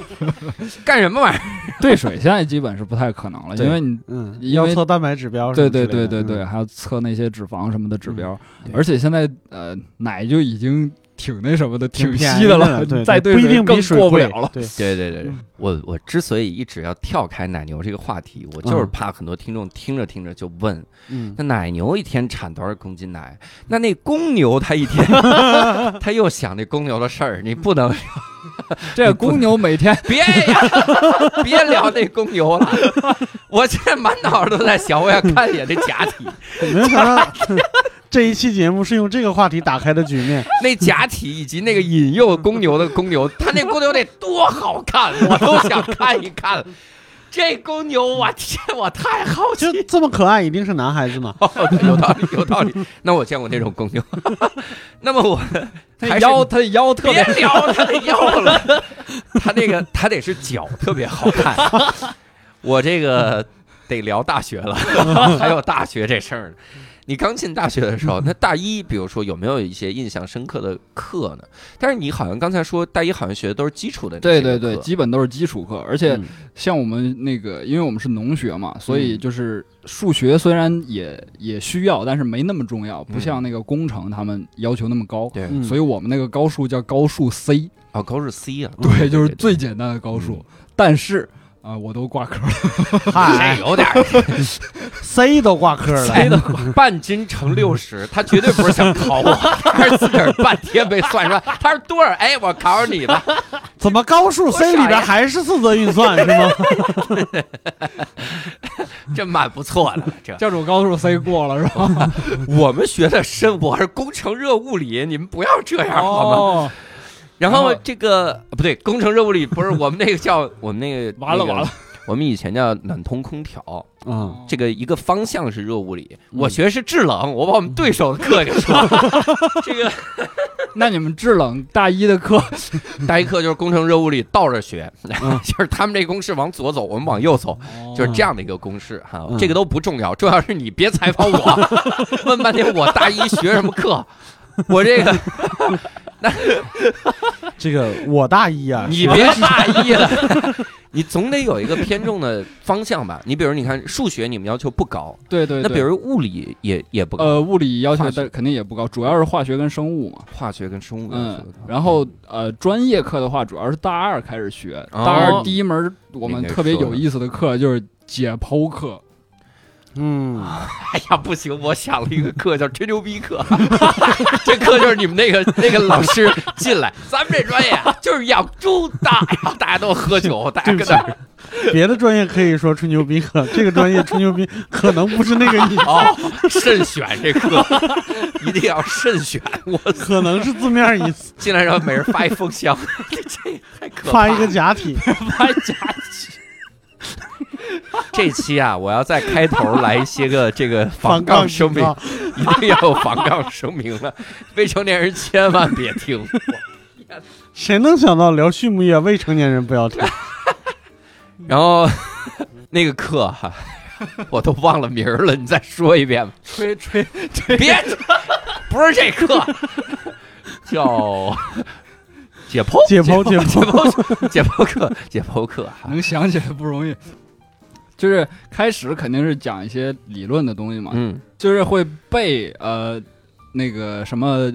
Speaker 1: 干什么玩意儿？
Speaker 2: 兑水，现在基本是不太可能了，
Speaker 1: 对
Speaker 2: 因为你
Speaker 3: 嗯，
Speaker 2: 因为
Speaker 3: 要测蛋白指标什
Speaker 2: 对
Speaker 3: 么之类
Speaker 2: 对
Speaker 3: 的，
Speaker 2: 对对对，
Speaker 3: 嗯，
Speaker 2: 还要测那些脂肪什么的指标，
Speaker 1: 对
Speaker 2: 而且现在呃奶就已经挺那什么的，挺
Speaker 3: 便
Speaker 2: 稀
Speaker 3: 宜的
Speaker 2: 的了，
Speaker 3: 对，
Speaker 2: 再
Speaker 3: 对
Speaker 2: 兑
Speaker 3: 不一定比
Speaker 2: 更
Speaker 3: 水
Speaker 2: 过不
Speaker 3: 贵
Speaker 2: 了了。
Speaker 3: 对，
Speaker 1: 对对对对，我我之所以一直要跳开奶牛这个话题，我就是
Speaker 3: 嗯
Speaker 1: 怕很多听众听着听着就问，
Speaker 3: 嗯，
Speaker 1: 那奶牛一天产多少公斤奶？那那公牛它一天， [LAUGHS] 它又想这公牛的事儿，你不能
Speaker 3: [LAUGHS]
Speaker 2: 这公牛每天
Speaker 1: 别呀，别聊那公牛了。我现在满脑子都在想，我想看一眼这假体，
Speaker 3: 嗯没有想
Speaker 2: [LAUGHS]
Speaker 3: 到这一期节目是用这个话题打开的局面，
Speaker 1: 那假体以及那个引诱公牛的公牛，它那公牛得多好看，我都想看一看。这公牛，我天，我太好奇
Speaker 3: 就这么可爱，一定是男孩子嘛？
Speaker 1: 了， [LAUGHS] 有道理，有道理。那我见过那种公牛， [LAUGHS] 那么我
Speaker 2: 它
Speaker 1: 还是
Speaker 2: 腰它腰特
Speaker 1: 别
Speaker 2: 别
Speaker 1: 聊他的腰了，他那个他得是脚特别好看。我这个得聊大学了， [LAUGHS] 还有大学这事儿呢。你刚进大学的时候，那大一，比如说有没有一些印象深刻的课呢？但是你好像刚才说大一好像学的都是基础的那
Speaker 2: 对
Speaker 1: 些个
Speaker 2: 对
Speaker 1: 课，
Speaker 2: 对，基本 [LAUGHS] 都是基础课，而且
Speaker 3: 嗯
Speaker 2: 像我们那个，因为我们是农学嘛，所以就是数学虽然也也需要，但是没那么重要，不
Speaker 1: 嗯
Speaker 2: 像那个工程他们要求那么高。
Speaker 1: 对
Speaker 3: 嗯
Speaker 2: [LAUGHS] 所以我们那个高数叫高数 C，
Speaker 1: 哦，高数 C 啊，
Speaker 2: 对，就是最简单的高数
Speaker 1: 嗯。
Speaker 2: 但是啊、我都挂科了， [LAUGHS]
Speaker 1: 这
Speaker 3: 嗨
Speaker 1: 哎有点儿
Speaker 3: ，C 都挂科了，
Speaker 1: 猜的半斤乘六十，他绝对不是想考我，他是自个儿半天没算出来，他是多少？哎，我考你吧，
Speaker 3: 怎么高数 C 里边还是四则运算是吗？
Speaker 2: [LAUGHS]
Speaker 1: 这蛮不错的，这
Speaker 2: 教主高数 C 过了是吧？
Speaker 1: 我们学的生我是工程热物理，你们不要这样 [LAUGHS] 好吗？
Speaker 2: 哦，
Speaker 1: 然
Speaker 2: 然
Speaker 1: 后
Speaker 2: 后
Speaker 1: 这个呃不对，工程热物理不是我们那个叫我们那个
Speaker 2: [LAUGHS] 完了
Speaker 1: 那个
Speaker 2: 完了哦
Speaker 1: 我们以前叫暖通空调，
Speaker 3: 嗯，
Speaker 1: 这个一个方向是热物理，
Speaker 3: 嗯
Speaker 1: 我学的是制冷，我把我们对手的课给说
Speaker 2: [LAUGHS]
Speaker 1: 了。这个
Speaker 2: 那你们制冷大一的课，嗯
Speaker 1: 大一课就是工程热物理倒着学，
Speaker 3: 嗯
Speaker 1: [LAUGHS] 就是他们这公式往左走，我们往右
Speaker 2: 嗯
Speaker 1: 走，就是这样的一个公式哈
Speaker 3: 嗯。
Speaker 1: 这个都不重要，重要是你别采访
Speaker 2: [LAUGHS]
Speaker 1: 我，问半天我大一学什么课，我这
Speaker 2: [LAUGHS]
Speaker 1: 个。
Speaker 3: 嗯这个我大一啊，
Speaker 1: 你别大意了， [LAUGHS] 你总得有一个偏重的方向吧？你比如，你看数学，你们要求不高，
Speaker 2: 对对对。
Speaker 1: 那比如物理也也不高，
Speaker 2: 呃，物理要求
Speaker 1: 化
Speaker 2: 的
Speaker 1: 学
Speaker 2: 肯定也不高，主要是化学跟生物嘛。
Speaker 1: 化学跟生物要求
Speaker 2: 嗯
Speaker 1: 不高，
Speaker 2: 然后呃，专业课的话，主要是大二开始学。
Speaker 1: 哦
Speaker 2: 大二第一门我们
Speaker 1: 你给
Speaker 2: 特别
Speaker 1: 说
Speaker 2: 有
Speaker 1: 的
Speaker 2: 意思的课就是解剖课，
Speaker 3: 嗯，
Speaker 1: 哎呀不行，我想了一个课叫吹牛逼课， [LAUGHS] 这课就是你们那个那个老师进来，咱们这专业啊就是养猪的，哎呀大家都喝酒，大家跟那儿
Speaker 3: 别的专业可以说吹牛逼 [LAUGHS] 课，这个专业吹牛逼可能不是那个
Speaker 1: [LAUGHS]
Speaker 3: 意思，
Speaker 1: 哦慎选这课，一定要慎选。我
Speaker 3: 可能是字面意思，
Speaker 1: 进来之后每人发一封箱， [LAUGHS] 这太可怕
Speaker 3: 发
Speaker 1: 了
Speaker 3: 一个假体，
Speaker 1: 发假期。 [LAUGHS] 这期啊，我要在开头来一些个这
Speaker 3: [LAUGHS]
Speaker 1: 个防杠声明
Speaker 3: 广，告
Speaker 1: 一定要有防杠声明了。未成年人千万别听。
Speaker 3: 谁能想到聊畜牧业未成年人不要听？
Speaker 1: 然后那个课哈、我都忘了名儿了，你再说一遍吧。
Speaker 2: 吹吹
Speaker 1: 别，不是这课，叫 [LAUGHS] 解剖
Speaker 3: 解剖
Speaker 1: 解
Speaker 3: 解
Speaker 1: 剖解剖课解剖课哈，
Speaker 2: 能想起来不容易。就是开始肯定是讲一些理论的东西嘛，
Speaker 1: 嗯
Speaker 2: 就是会背呃那个什么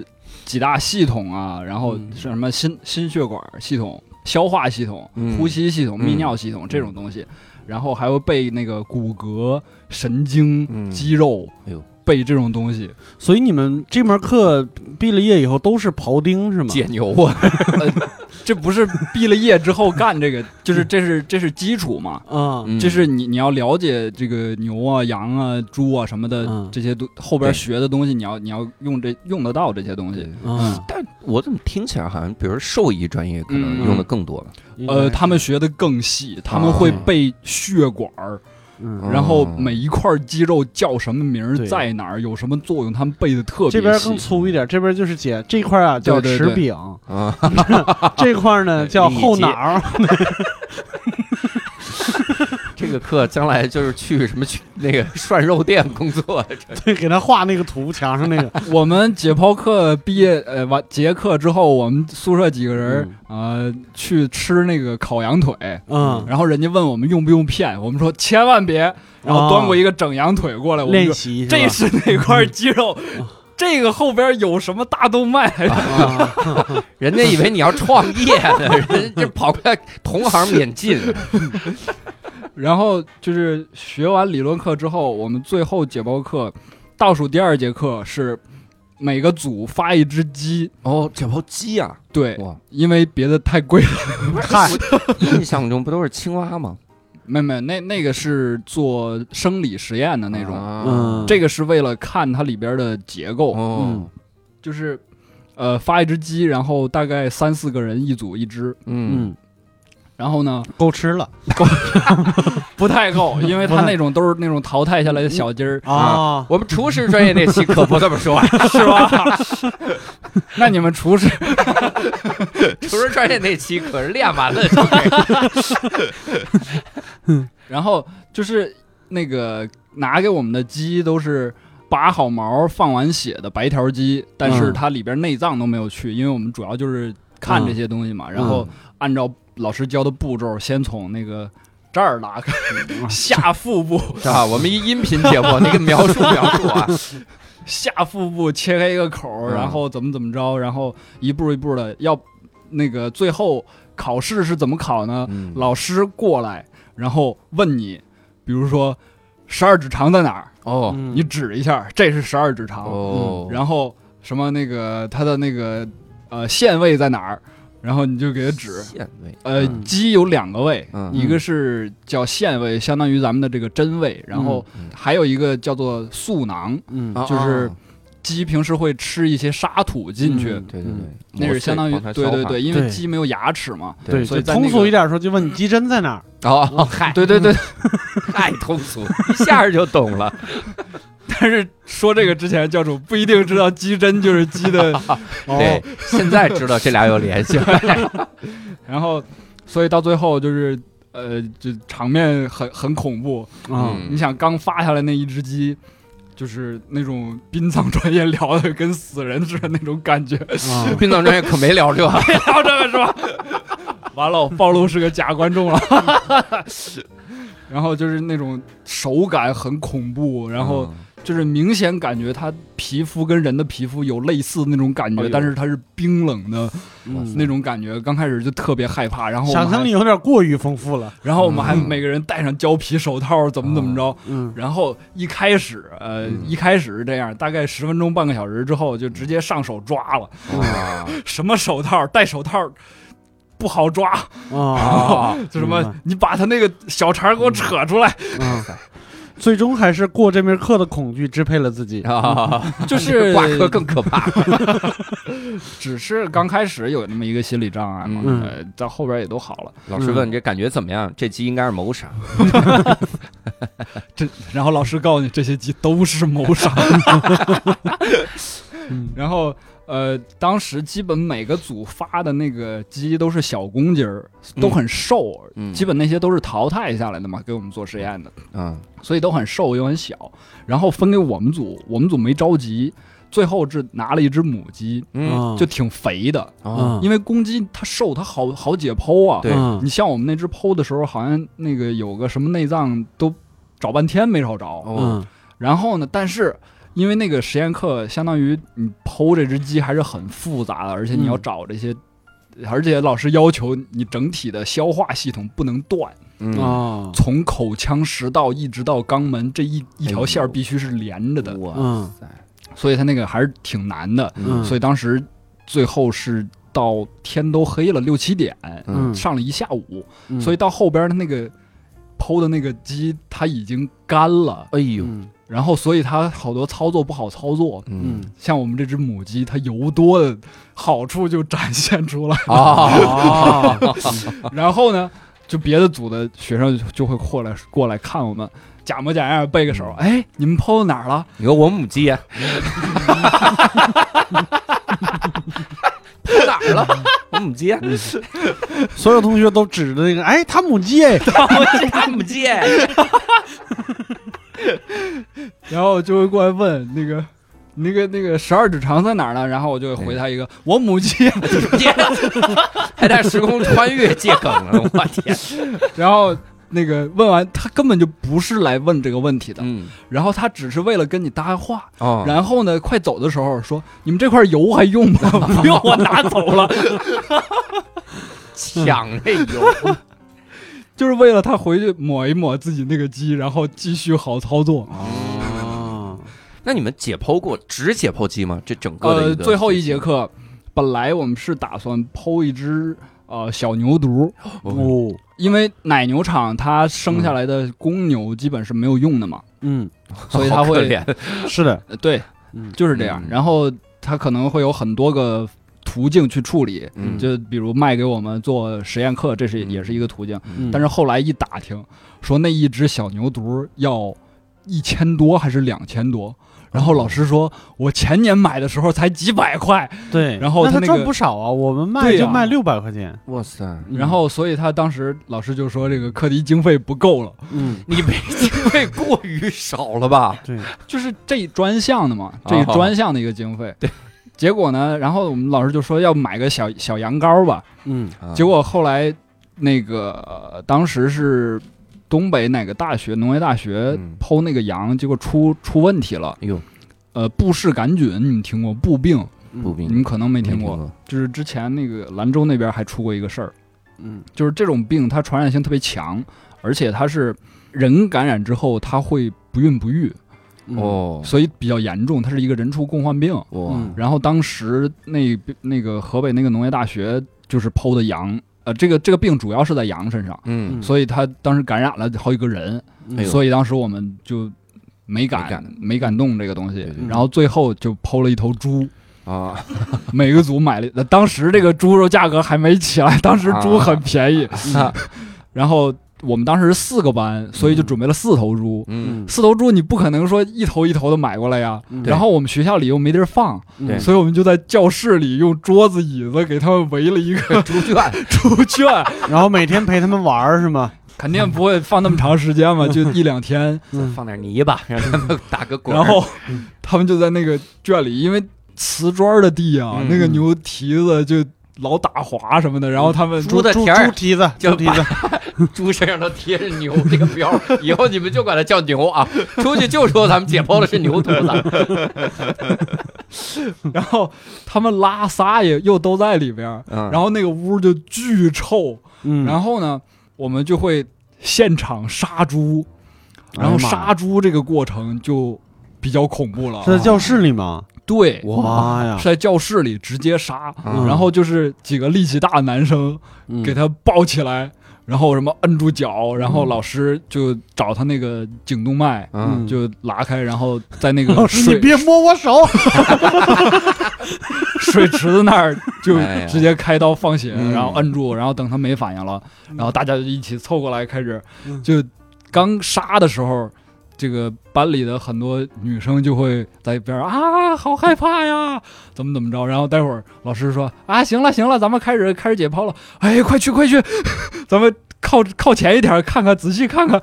Speaker 2: 几大系统啊，然后
Speaker 1: 嗯
Speaker 2: 是什么心心血管系统、消化系统、
Speaker 1: 嗯
Speaker 2: 呼吸系统、
Speaker 1: 嗯
Speaker 2: 泌尿系统这种东西，然后还会背那个骨骼、神经、
Speaker 1: 嗯
Speaker 2: 肌肉，
Speaker 1: 哎呦
Speaker 2: 背这种东西。
Speaker 3: 所以你们这门课毕了业以后都是庖丁是吗？
Speaker 1: 嗯解牛啊
Speaker 2: 这不是毕了业之后干
Speaker 3: [LAUGHS]
Speaker 2: 这个，就是这是这是基础嘛。
Speaker 3: 啊，
Speaker 1: 嗯
Speaker 2: 这是你你要了解这个牛啊、羊啊、猪啊什么的、
Speaker 3: 嗯
Speaker 2: 这些都后边
Speaker 1: 对
Speaker 2: 学的东西，你要你要用这用得到这些东西。
Speaker 3: 嗯，
Speaker 1: 但我怎么听起来好像，比如兽医专业可能
Speaker 2: 嗯
Speaker 1: 用的更多了，
Speaker 3: 应该
Speaker 2: 呃，他们学的更细，他
Speaker 3: 啊
Speaker 2: 们会背血管儿，
Speaker 3: 嗯
Speaker 1: 嗯
Speaker 2: 然后每一块肌肉叫什么名儿，
Speaker 3: 对
Speaker 2: 在哪儿有什么作用，他们背的特
Speaker 3: 这
Speaker 2: 别
Speaker 3: 边更
Speaker 2: 细。
Speaker 3: 粗一点，这边就是解这块啊叫
Speaker 2: 对对
Speaker 3: 齿
Speaker 2: 对
Speaker 3: 柄，
Speaker 1: 啊，
Speaker 3: 这块呢
Speaker 1: 对
Speaker 3: 叫
Speaker 1: 理
Speaker 3: 后
Speaker 1: 解
Speaker 3: 脑
Speaker 2: [LAUGHS]
Speaker 3: 儿，
Speaker 1: 这个课将来就是去什么去那个涮肉店工作，这
Speaker 3: [LAUGHS] 对，给他画那个图，墙上那 [LAUGHS] 个
Speaker 2: 我们解剖课毕业呃完结课之后，我们宿舍几个人、呃去吃那个烤羊腿，
Speaker 3: 嗯，
Speaker 2: 然后人家问我们用不用片，我们说千万别，然后端过一个整羊腿过来，我们
Speaker 3: 哦练
Speaker 2: 说
Speaker 3: 习是吧嗯
Speaker 2: 这是哪块肌肉，这个后边有什么大动脉？
Speaker 3: 啊，
Speaker 1: 人家以为你要创业呢，人家跑过来同行免进，
Speaker 2: [LAUGHS] 然后就是学完理论课之后，我们最后解剖课倒数第二节课是每个组发一只鸡，
Speaker 1: 哦，解剖鸡啊，
Speaker 2: 对，
Speaker 1: 哇，
Speaker 2: 因为别的太贵了。 [LAUGHS]
Speaker 3: 嗨，
Speaker 1: 印象中不都是青蛙吗？
Speaker 2: 没没，那那个是做生理实验 [LAUGHS] 的那种，
Speaker 1: 啊
Speaker 3: 嗯，
Speaker 2: 这个是为了看它里边的结
Speaker 3: 啊
Speaker 2: 构，
Speaker 1: 哦，
Speaker 2: 就是呃发一只鸡，然后大概三四个人一组一只，
Speaker 1: 嗯，
Speaker 3: 嗯，
Speaker 2: 然后呢
Speaker 3: 够吃了
Speaker 2: 不太够，因 [LAUGHS] 为它那种都是那种淘汰下来的小鸡 [LAUGHS] 儿。
Speaker 1: 啊，我们厨师专业那期可不这么
Speaker 2: [LAUGHS]
Speaker 1: 说，是吧？
Speaker 2: 那你们厨师
Speaker 1: 厨师专业那期可是练完了就给，
Speaker 2: 然后就是那个拿给我们的鸡都是拔好毛放完血的白条鸡，但是
Speaker 3: 嗯
Speaker 2: 它里边内脏都没有去，因为我们主要就是看
Speaker 1: 嗯
Speaker 2: 这些东西嘛。然后按照老师教的步骤，先从那个这儿拉开， [LAUGHS] 下腹部
Speaker 1: 嗯 [LAUGHS] 是吧？我们一音频节
Speaker 2: [LAUGHS]
Speaker 1: 目，那个描述描述啊，
Speaker 2: 下腹部切开一个口儿，
Speaker 1: 嗯
Speaker 2: 然后怎么怎么着，然后一步一步的要那个最后考试是怎么考呢？
Speaker 1: 嗯
Speaker 2: 老师过来，然后问你，比如说十二指肠在哪儿？
Speaker 1: 哦
Speaker 2: 你指一下，这是十二指肠。
Speaker 1: 哦，
Speaker 2: 嗯然后什么那个它的那个呃腺位在哪儿？然后你就给它指。
Speaker 1: 现位，
Speaker 2: 呃，
Speaker 3: 嗯
Speaker 2: 鸡有两个胃，
Speaker 1: 嗯
Speaker 2: 一个是叫腺胃，相当于咱们的这个真胃，然后
Speaker 1: 嗯嗯
Speaker 2: 还有一个叫做素囊。
Speaker 3: 嗯
Speaker 1: 啊
Speaker 2: 就是
Speaker 1: 啊
Speaker 2: 鸡平时会吃一些沙土进去，
Speaker 3: 嗯
Speaker 1: 对对哦对，
Speaker 2: 那是相当于
Speaker 1: 磨碎
Speaker 2: 对对对，，因为
Speaker 3: 对
Speaker 2: 鸡没有牙齿嘛。
Speaker 1: 对
Speaker 3: 对，
Speaker 2: 所以
Speaker 3: 就
Speaker 2: 在
Speaker 3: 通
Speaker 2: 那
Speaker 3: 俗
Speaker 2: 个
Speaker 3: 一点说，就问你鸡胗在哪儿？
Speaker 1: 帮它烧化哦，嗨，
Speaker 2: 对对对，
Speaker 1: 太通
Speaker 2: [LAUGHS]
Speaker 1: 俗，一下就懂了，
Speaker 2: 但是说这个之前，教主不一定知道鸡胗就是鸡的
Speaker 1: [LAUGHS]
Speaker 2: 哦
Speaker 1: 对，现在知道这俩有联系，
Speaker 2: [LAUGHS] 然后，所以到最后就是，呃，就场面很很恐怖。
Speaker 3: 啊，
Speaker 1: 嗯
Speaker 2: 你想，刚发下来那一只鸡，就是那种殡葬专业聊的跟死人似的那种
Speaker 1: [LAUGHS]
Speaker 2: 感觉，
Speaker 3: 啊
Speaker 2: [LAUGHS]
Speaker 1: 殡葬专业可没聊这，
Speaker 2: 聊这个
Speaker 1: [LAUGHS]
Speaker 2: 是吧？完了，我暴露是个假观众了。然后就是那种手感很恐怖，然
Speaker 1: 嗯
Speaker 2: 后就是明显感觉它皮肤跟人的皮肤有类似的那种感
Speaker 1: 哎
Speaker 2: 觉，
Speaker 1: 呦
Speaker 2: 但是它是冰冷的
Speaker 3: 嗯
Speaker 2: 那种感觉。刚开始就特别害怕，然后我们
Speaker 3: 想
Speaker 2: 还
Speaker 3: 象力有点过于丰富了，
Speaker 2: 然后我们还
Speaker 1: 嗯
Speaker 2: 每个人戴上胶皮手套，怎么怎么着。
Speaker 3: 嗯
Speaker 2: 然后一开始，呃，
Speaker 1: 嗯
Speaker 2: 一开始是这样，大概十分钟、半个小时之后，就直接上手抓了。
Speaker 1: 啊
Speaker 2: 什么手套？戴手套不好抓，
Speaker 3: 啊
Speaker 1: 啊，
Speaker 2: 就什么、
Speaker 3: 明白
Speaker 2: 你把他那个小肠给我扯出来，
Speaker 3: 啊，最终还是过这门课的恐惧支配了自己。
Speaker 1: 啊，
Speaker 3: 嗯
Speaker 2: 就
Speaker 1: 这 [LAUGHS]
Speaker 2: 是
Speaker 1: 挂科更可怕，
Speaker 2: 只是刚开始有那么一个心理障碍嘛，
Speaker 1: 嗯
Speaker 2: 呃，到后边也都好了。
Speaker 1: 老师问这感觉怎么样？这鸡应该是谋杀，
Speaker 2: 这，然后老师告诉你，这些鸡都是谋杀。
Speaker 1: [LAUGHS]
Speaker 3: 嗯
Speaker 2: 然后呃，当时基本每个组发的那个鸡都是小公鸡儿，都很瘦，
Speaker 1: 嗯
Speaker 2: 基本那些都是淘汰下来的嘛，给我们做实验的，
Speaker 1: 嗯
Speaker 2: 所以都很瘦又很小。然后分给我们组，我们组没着急。最后是拿了一只母鸡，
Speaker 3: 啊
Speaker 1: 嗯
Speaker 2: 就挺肥的，
Speaker 1: 啊，
Speaker 2: 因为公鸡它瘦，它好好解剖啊。
Speaker 1: 对
Speaker 3: 嗯
Speaker 2: 你像我们那只剖的时候，好像那个有个什么内脏都找半天没找着。
Speaker 1: 哦，
Speaker 3: 嗯
Speaker 2: 然后呢，但是因为那个实验课，相当于你剖这只鸡还是很复杂的，而且你要
Speaker 3: 嗯
Speaker 2: 找这些，而且老师要求你整体的消化系统不能断，
Speaker 1: 嗯
Speaker 3: 哦
Speaker 2: 从口腔、食道一直到肛门这一一条线
Speaker 1: 哎
Speaker 2: 儿
Speaker 1: 呦
Speaker 2: 必须是连着的，
Speaker 1: 哇
Speaker 3: 嗯
Speaker 1: 塞，
Speaker 2: 所以它那个还是挺难的。
Speaker 3: 嗯
Speaker 2: 所以当时最后是到天都黑了六七点，
Speaker 1: 嗯
Speaker 2: 上了一下午，
Speaker 3: 嗯
Speaker 2: 所以到后边的那个剖的那个鸡它已经干了，
Speaker 1: 哎呦，
Speaker 3: 嗯
Speaker 2: 然后所以它好多操作不好操作。
Speaker 1: 嗯
Speaker 3: 嗯
Speaker 2: 像我们这只母鸡，它油多的好处就展现出来。
Speaker 1: 啊，
Speaker 3: 哦
Speaker 2: 然后呢，就别的组的学生就就会过来过来看我们，假模假样背个手，哎，你们剖到哪儿了？
Speaker 1: 你说我母鸡啊呀，跑哪儿了？ [LAUGHS] 我母鸡，
Speaker 3: [LAUGHS]
Speaker 1: 啊
Speaker 3: 所有同学都指着那个，哎，他母鸡
Speaker 2: [LAUGHS]
Speaker 3: 哎，
Speaker 1: 我他母鸡，哎
Speaker 2: 然后就会过来问那个。那个那个十二指肠在哪儿呢？然后我就会回他一个，我母鸡。
Speaker 1: 还带时空穿越借梗了，我天，
Speaker 2: 然后那个问完，他根本就不是来问这个问题的，
Speaker 1: 嗯，
Speaker 2: 然后他只是为了跟你搭话。
Speaker 1: 哦，
Speaker 2: 然后呢，快走的时候说，你们这块油还用吗？
Speaker 1: 不用我拿走了，抢这油，
Speaker 2: 就是为了他回去抹一抹自己那个鸡，然后继续好操作。
Speaker 3: 哦，
Speaker 1: [LAUGHS] 那你们解剖过只解剖鸡吗？这整个的
Speaker 2: 呃，
Speaker 1: 个
Speaker 2: 最后一节课，本来我们是打算剖一只呃小牛犊，
Speaker 1: 哦
Speaker 3: 哦，
Speaker 2: 因为奶牛场它生下来的公牛基本是没有用的嘛，
Speaker 3: 嗯，
Speaker 2: 所以它
Speaker 1: 好可
Speaker 2: 会
Speaker 1: 怜 [LAUGHS]
Speaker 3: 是的，
Speaker 2: 呃对，
Speaker 3: 嗯
Speaker 2: 就是这样。
Speaker 1: 嗯
Speaker 2: 然后它可能会有很多个途径去处理，
Speaker 1: 嗯
Speaker 2: 就比如卖给我们做实验课，这是
Speaker 1: 嗯
Speaker 2: 也是一个途径。
Speaker 3: 嗯
Speaker 2: 但是后来一打听，说那一只小牛犊要一千多还是两千多。然
Speaker 1: 哦
Speaker 2: 后老师说，我前年买的时候才几百块，
Speaker 3: 对，
Speaker 2: 然后
Speaker 3: 那
Speaker 2: 他
Speaker 3: 他
Speaker 2: 那
Speaker 3: 赚
Speaker 2: 个
Speaker 3: 不少啊，嗯我们卖
Speaker 2: 对
Speaker 3: 就
Speaker 2: 呀
Speaker 3: 卖六百块钱，
Speaker 1: 哇塞，
Speaker 2: 然后所以他当时老师就说这个课题经费不够了，
Speaker 3: 嗯，
Speaker 1: 你没经费过于少了吧？
Speaker 3: 对，
Speaker 2: [LAUGHS] 就是这专项的嘛，这
Speaker 1: 哦
Speaker 2: 专项的一个经费。对，结果呢，然后我们老师就说要买个小小羊羔吧，
Speaker 3: 嗯
Speaker 1: [LAUGHS] 啊
Speaker 2: 结果后来那个、呃当时是东北哪个大学农业大学
Speaker 1: 嗯
Speaker 2: 剖那个羊，结果出出问题了。
Speaker 1: 哎呦，
Speaker 2: 呃，布氏杆菌你们听过？布病
Speaker 1: 不
Speaker 3: 嗯
Speaker 1: 冰
Speaker 2: 你们可能没听过，
Speaker 1: 过，
Speaker 2: 就是之前那个兰州那边还出过一个事儿，
Speaker 3: 嗯
Speaker 2: 就是这种病它传染性特别强，而且它是人感染之后它会不孕不育，
Speaker 3: 嗯
Speaker 1: 哦，
Speaker 2: 所以比较严重，它是一个人畜共患病。
Speaker 1: 哇，
Speaker 3: 嗯
Speaker 2: 然后当时那那个河北那个农业大学就是剖的羊，呃，这个这个病主要是在羊身上。
Speaker 1: 嗯
Speaker 2: 所以他当时感染了好几个人，
Speaker 1: 哎呦
Speaker 2: 所以当时我们就没
Speaker 1: 没
Speaker 2: 敢
Speaker 1: 敢
Speaker 2: 没敢动这个东西
Speaker 1: 对对，对
Speaker 2: 然后最后就剖了一头猪，
Speaker 1: 啊，
Speaker 2: 每个组买了，呃当时这个猪肉价格还没起
Speaker 1: 啊
Speaker 2: 来，当时猪很便宜，然后我们当时四个班，所以就准备了四头猪，
Speaker 1: 嗯，
Speaker 2: 四头猪你不可能说一头一头的买过来呀，
Speaker 3: 嗯
Speaker 2: 然后我们学校里又没地儿放，
Speaker 1: 对
Speaker 2: 所以我们就在教室里用桌子椅子给他们围了一个 [LAUGHS]
Speaker 1: 猪圈， [LAUGHS]
Speaker 2: 猪圈，
Speaker 3: 然后每天陪他们玩儿是吗？
Speaker 2: 肯定不会放那么长时间嘛，就一两天。
Speaker 3: 嗯
Speaker 1: 放点泥巴，让他们 [LAUGHS] 打个滚儿，
Speaker 2: 然后他们就在那个圈里，因为瓷砖的地啊，
Speaker 1: 嗯
Speaker 2: 那个牛蹄子就老打滑什么的，然后他们
Speaker 1: 猪的蹄
Speaker 3: 猪
Speaker 1: 儿，
Speaker 3: 蹄 [LAUGHS] 子，
Speaker 1: 就
Speaker 3: 猪蹄子，
Speaker 1: [LAUGHS] 猪身上都贴着牛这个标 [LAUGHS] 儿，以后你们就管它叫牛啊，出去就说咱们解剖的是牛犊子，
Speaker 3: 嗯 [LAUGHS]
Speaker 2: 然后他们拉撒也又都在里边儿，
Speaker 1: [LAUGHS] 嗯
Speaker 2: 然后那个屋就巨臭。
Speaker 3: 嗯
Speaker 2: 然后呢，我们就会现场杀猪，然后
Speaker 3: 哎呀妈呀
Speaker 2: 杀猪这个过程就比较恐怖了啊。
Speaker 3: 是在教室里吗？
Speaker 2: 对，
Speaker 3: 妈呀 [LAUGHS]
Speaker 2: 是，在教室里直接杀，
Speaker 1: 嗯
Speaker 2: 然后就是几个力气大的男生。
Speaker 3: 嗯
Speaker 2: 给他抱起来，然后什么摁住脚，然后老师就找他那个颈动脉。
Speaker 1: 嗯，
Speaker 3: 嗯
Speaker 2: 就拉开，然后在那
Speaker 3: 老
Speaker 2: 个
Speaker 3: 师，哦你
Speaker 2: 水
Speaker 3: 别摸我手， [LAUGHS]
Speaker 2: 水池子那
Speaker 1: [LAUGHS]
Speaker 2: 儿就
Speaker 1: 哎呀
Speaker 2: 直接开刀放血，
Speaker 1: 嗯
Speaker 2: 然后摁住，然后等他没反应了，然后大家就一起凑过来开始
Speaker 3: 嗯，
Speaker 2: 就刚杀的时候，这个班里的很多女生就会在一边儿啊，好害怕呀，怎么怎么着，然后待会儿老师说啊，行了行了，咱们开始开始解剖了，哎，快去快去， [LAUGHS] 咱们靠靠前一点儿看看，仔细看看，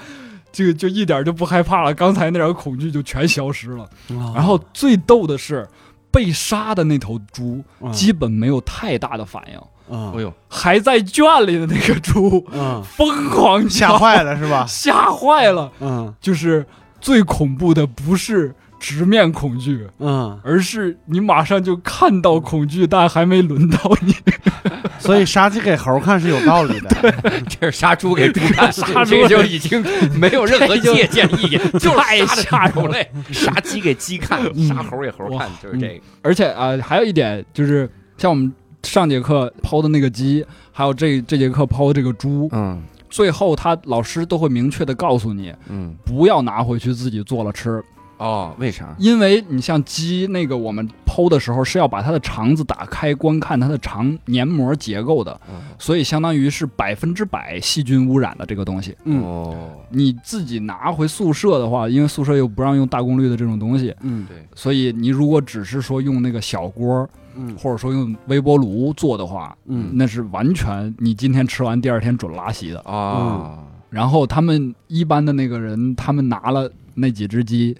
Speaker 2: 这个就
Speaker 1: 哦
Speaker 2: 一点儿就不害怕了，刚才那点儿恐惧就全消失了。然后最逗的是，被杀的那头猪
Speaker 3: 嗯
Speaker 2: 基本没有太大的反应，
Speaker 3: 嗯
Speaker 1: 哎呦，
Speaker 2: 还在圈里的那个猪 [LAUGHS]
Speaker 3: 嗯，
Speaker 2: 疯狂
Speaker 3: 吓
Speaker 2: 叫，？
Speaker 3: 坏了是吧
Speaker 2: 吓坏了。
Speaker 3: 嗯
Speaker 2: 就是最恐怖的不是直面恐惧，
Speaker 3: 嗯，
Speaker 2: 而是你马上就看到恐惧，但还没轮到你。 [LAUGHS]
Speaker 3: 所以杀鸡给猴看是有道理 [LAUGHS] 的。
Speaker 1: 这是 [LAUGHS] 杀猪给猪看，
Speaker 2: 杀猪
Speaker 1: 这就已 [LAUGHS] 经没有任何
Speaker 2: 这就
Speaker 1: 借鉴意 [LAUGHS] 义，就是
Speaker 2: 太
Speaker 1: 杀
Speaker 2: 吓
Speaker 1: 的
Speaker 2: 人
Speaker 1: 种
Speaker 2: 了
Speaker 1: 类，杀鸡给鸡看，
Speaker 2: 嗯
Speaker 1: 杀猴给猴看，就是这个。
Speaker 2: 而且啊、还有一点就是，像我们上节课抛的那个鸡，还有这这节课抛的这个猪，
Speaker 1: 嗯
Speaker 2: 最后他老师都会明确的告诉你，
Speaker 1: 嗯，
Speaker 2: 不要拿回去自己做了吃，
Speaker 1: 哦，为啥？
Speaker 2: 因为你像鸡那个，我们剖的时候是要把它的肠子打开，观看它的肠黏膜结构的，
Speaker 3: 嗯
Speaker 2: 所以相当于是百分之百细菌污染的这个东西。
Speaker 3: 嗯
Speaker 1: 哦，
Speaker 2: 你自己拿回宿舍的话，因为宿舍又不让用大功率的这种东西，
Speaker 3: 嗯
Speaker 1: 对，
Speaker 2: 所以你如果只是说用那个小锅，
Speaker 3: 嗯
Speaker 2: 或者说用微波炉做的话，
Speaker 3: 嗯
Speaker 2: 那是完全你今天吃完第二天准拉稀的。
Speaker 1: 哦，
Speaker 2: 然后他们一班的那个人，他们拿了那几只鸡，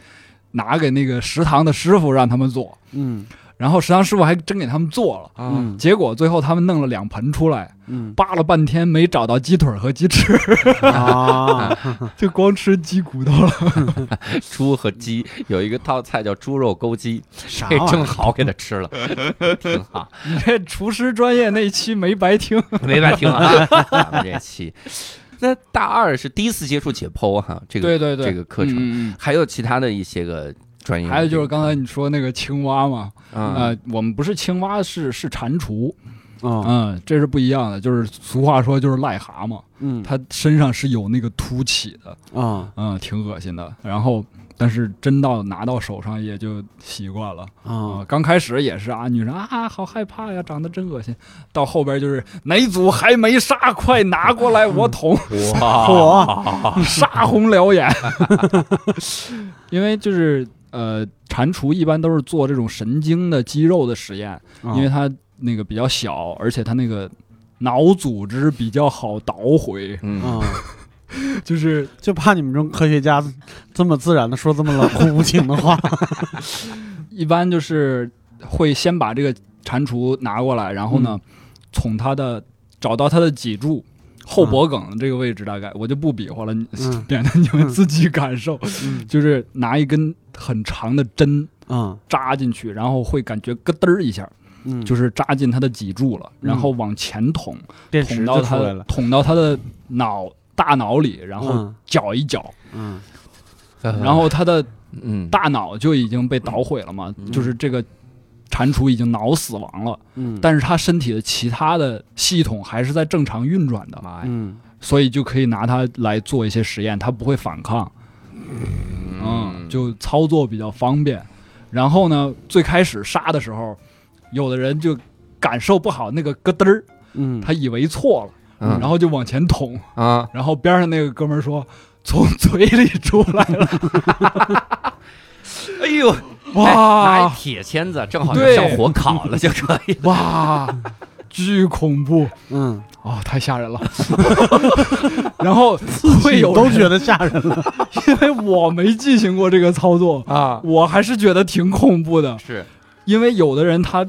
Speaker 2: 拿给那个食堂的师傅让他们做，
Speaker 3: 嗯
Speaker 2: 然后食堂师傅还真给他们做了。
Speaker 1: 啊，
Speaker 3: 嗯
Speaker 2: 结果最后他们弄了两盆出来，
Speaker 3: 嗯
Speaker 2: 扒了半天没找到鸡腿和鸡翅，
Speaker 3: 啊，
Speaker 2: [LAUGHS] 就光吃鸡骨头了。
Speaker 1: 猪和鸡有一个套菜叫猪肉勾鸡，
Speaker 3: 啥
Speaker 1: 这
Speaker 3: 玩意
Speaker 1: 正
Speaker 3: 儿？
Speaker 1: 好给它吃
Speaker 2: [LAUGHS]
Speaker 1: 了，挺好。
Speaker 2: 你这厨师专业那期没白听。
Speaker 1: 没白听
Speaker 2: [LAUGHS]
Speaker 1: 啊，咱们这期。那大二是第一次接触解剖哈、这个
Speaker 2: 对对对，
Speaker 1: 这个课程
Speaker 2: 嗯嗯
Speaker 1: 还有其他的一些个专业的这个，
Speaker 2: 嗯还有就是刚才你说那个青蛙嘛，
Speaker 1: 啊
Speaker 2: 呃，我们不是青蛙，是是蟾蜍，
Speaker 3: 嗯
Speaker 2: 嗯，这是不一样的。就是俗话说就是癞蛤蟆，
Speaker 3: 嗯
Speaker 2: 它身上是有那个凸起的，
Speaker 3: 啊
Speaker 2: 嗯，挺恶心的。然后，但是真到拿到手上也就习惯了啊、
Speaker 3: 啊！
Speaker 2: 刚开始也是啊，女生啊，好害怕呀，长得真恶心。到后边就是哪组还没杀，快拿过来我捅， [LAUGHS]
Speaker 1: 哇，
Speaker 2: 杀红了眼。 [LAUGHS] 因为就是呃，蟾蜍一般都是做这种神经的肌肉的实验，因为它那个比较小，而且它那个。脑组织比较好捣毁，
Speaker 1: 嗯，
Speaker 3: 啊，
Speaker 2: 就是
Speaker 3: 就怕你们这种科学家这么自然的说这么冷酷无情的话。
Speaker 2: 一般就是会先把这个蟾蜍拿过来，然后呢，
Speaker 3: 嗯
Speaker 2: 从它的找到它的脊柱后脖梗这个位置，大概、我就不比划了，你 [LAUGHS]
Speaker 3: 嗯
Speaker 2: 免得你们自己感受。
Speaker 3: 嗯
Speaker 2: [LAUGHS] 就是拿一根很长的针
Speaker 3: [LAUGHS] 嗯
Speaker 2: 扎进去，然后会感觉咯噔儿一下，
Speaker 3: 嗯，
Speaker 2: 就是扎进它的脊柱了，
Speaker 3: 嗯
Speaker 2: 然后往前捅，
Speaker 3: 电池
Speaker 2: 捅到
Speaker 3: 就出
Speaker 2: 它
Speaker 3: 来了。
Speaker 2: 捅到它的脑大脑里，然后
Speaker 3: 嗯
Speaker 2: 搅一搅，
Speaker 3: [LAUGHS] 嗯
Speaker 2: 然后它的
Speaker 1: 呃嗯，
Speaker 2: 大脑就已经被捣毁了嘛，
Speaker 1: 嗯
Speaker 2: 就是这个蟾蜍已经脑死亡了，
Speaker 3: 嗯，
Speaker 2: 但是它身体的其他的系统还是在正常运转的，
Speaker 1: 妈呀，
Speaker 3: 嗯
Speaker 2: 所以就可以拿它来做一些实验，它不会反抗，嗯，就操作比较方便。然后呢，最开始杀的时候，有的人就感受不好那个咯噔儿，
Speaker 3: 嗯，
Speaker 2: 他以为错了，
Speaker 1: 嗯
Speaker 2: 然后就往前捅，
Speaker 1: 啊，
Speaker 2: 然后边上那个哥们儿说。从嘴里出来了，
Speaker 1: 哎呦，哎拿一
Speaker 2: 哇
Speaker 1: 铁签子，正好就
Speaker 2: 对
Speaker 1: 像火烤了就可以了。
Speaker 2: [LAUGHS] 哇，巨恐怖！
Speaker 3: 嗯，
Speaker 2: 哦，太吓人了。 [LAUGHS] 然后会有
Speaker 3: 都
Speaker 2: 人
Speaker 3: 觉得吓人了。
Speaker 2: 因为我没进行过这个操作，
Speaker 1: 啊，
Speaker 2: 我还是觉得挺恐怖的。
Speaker 1: 是，
Speaker 2: 因为有的人他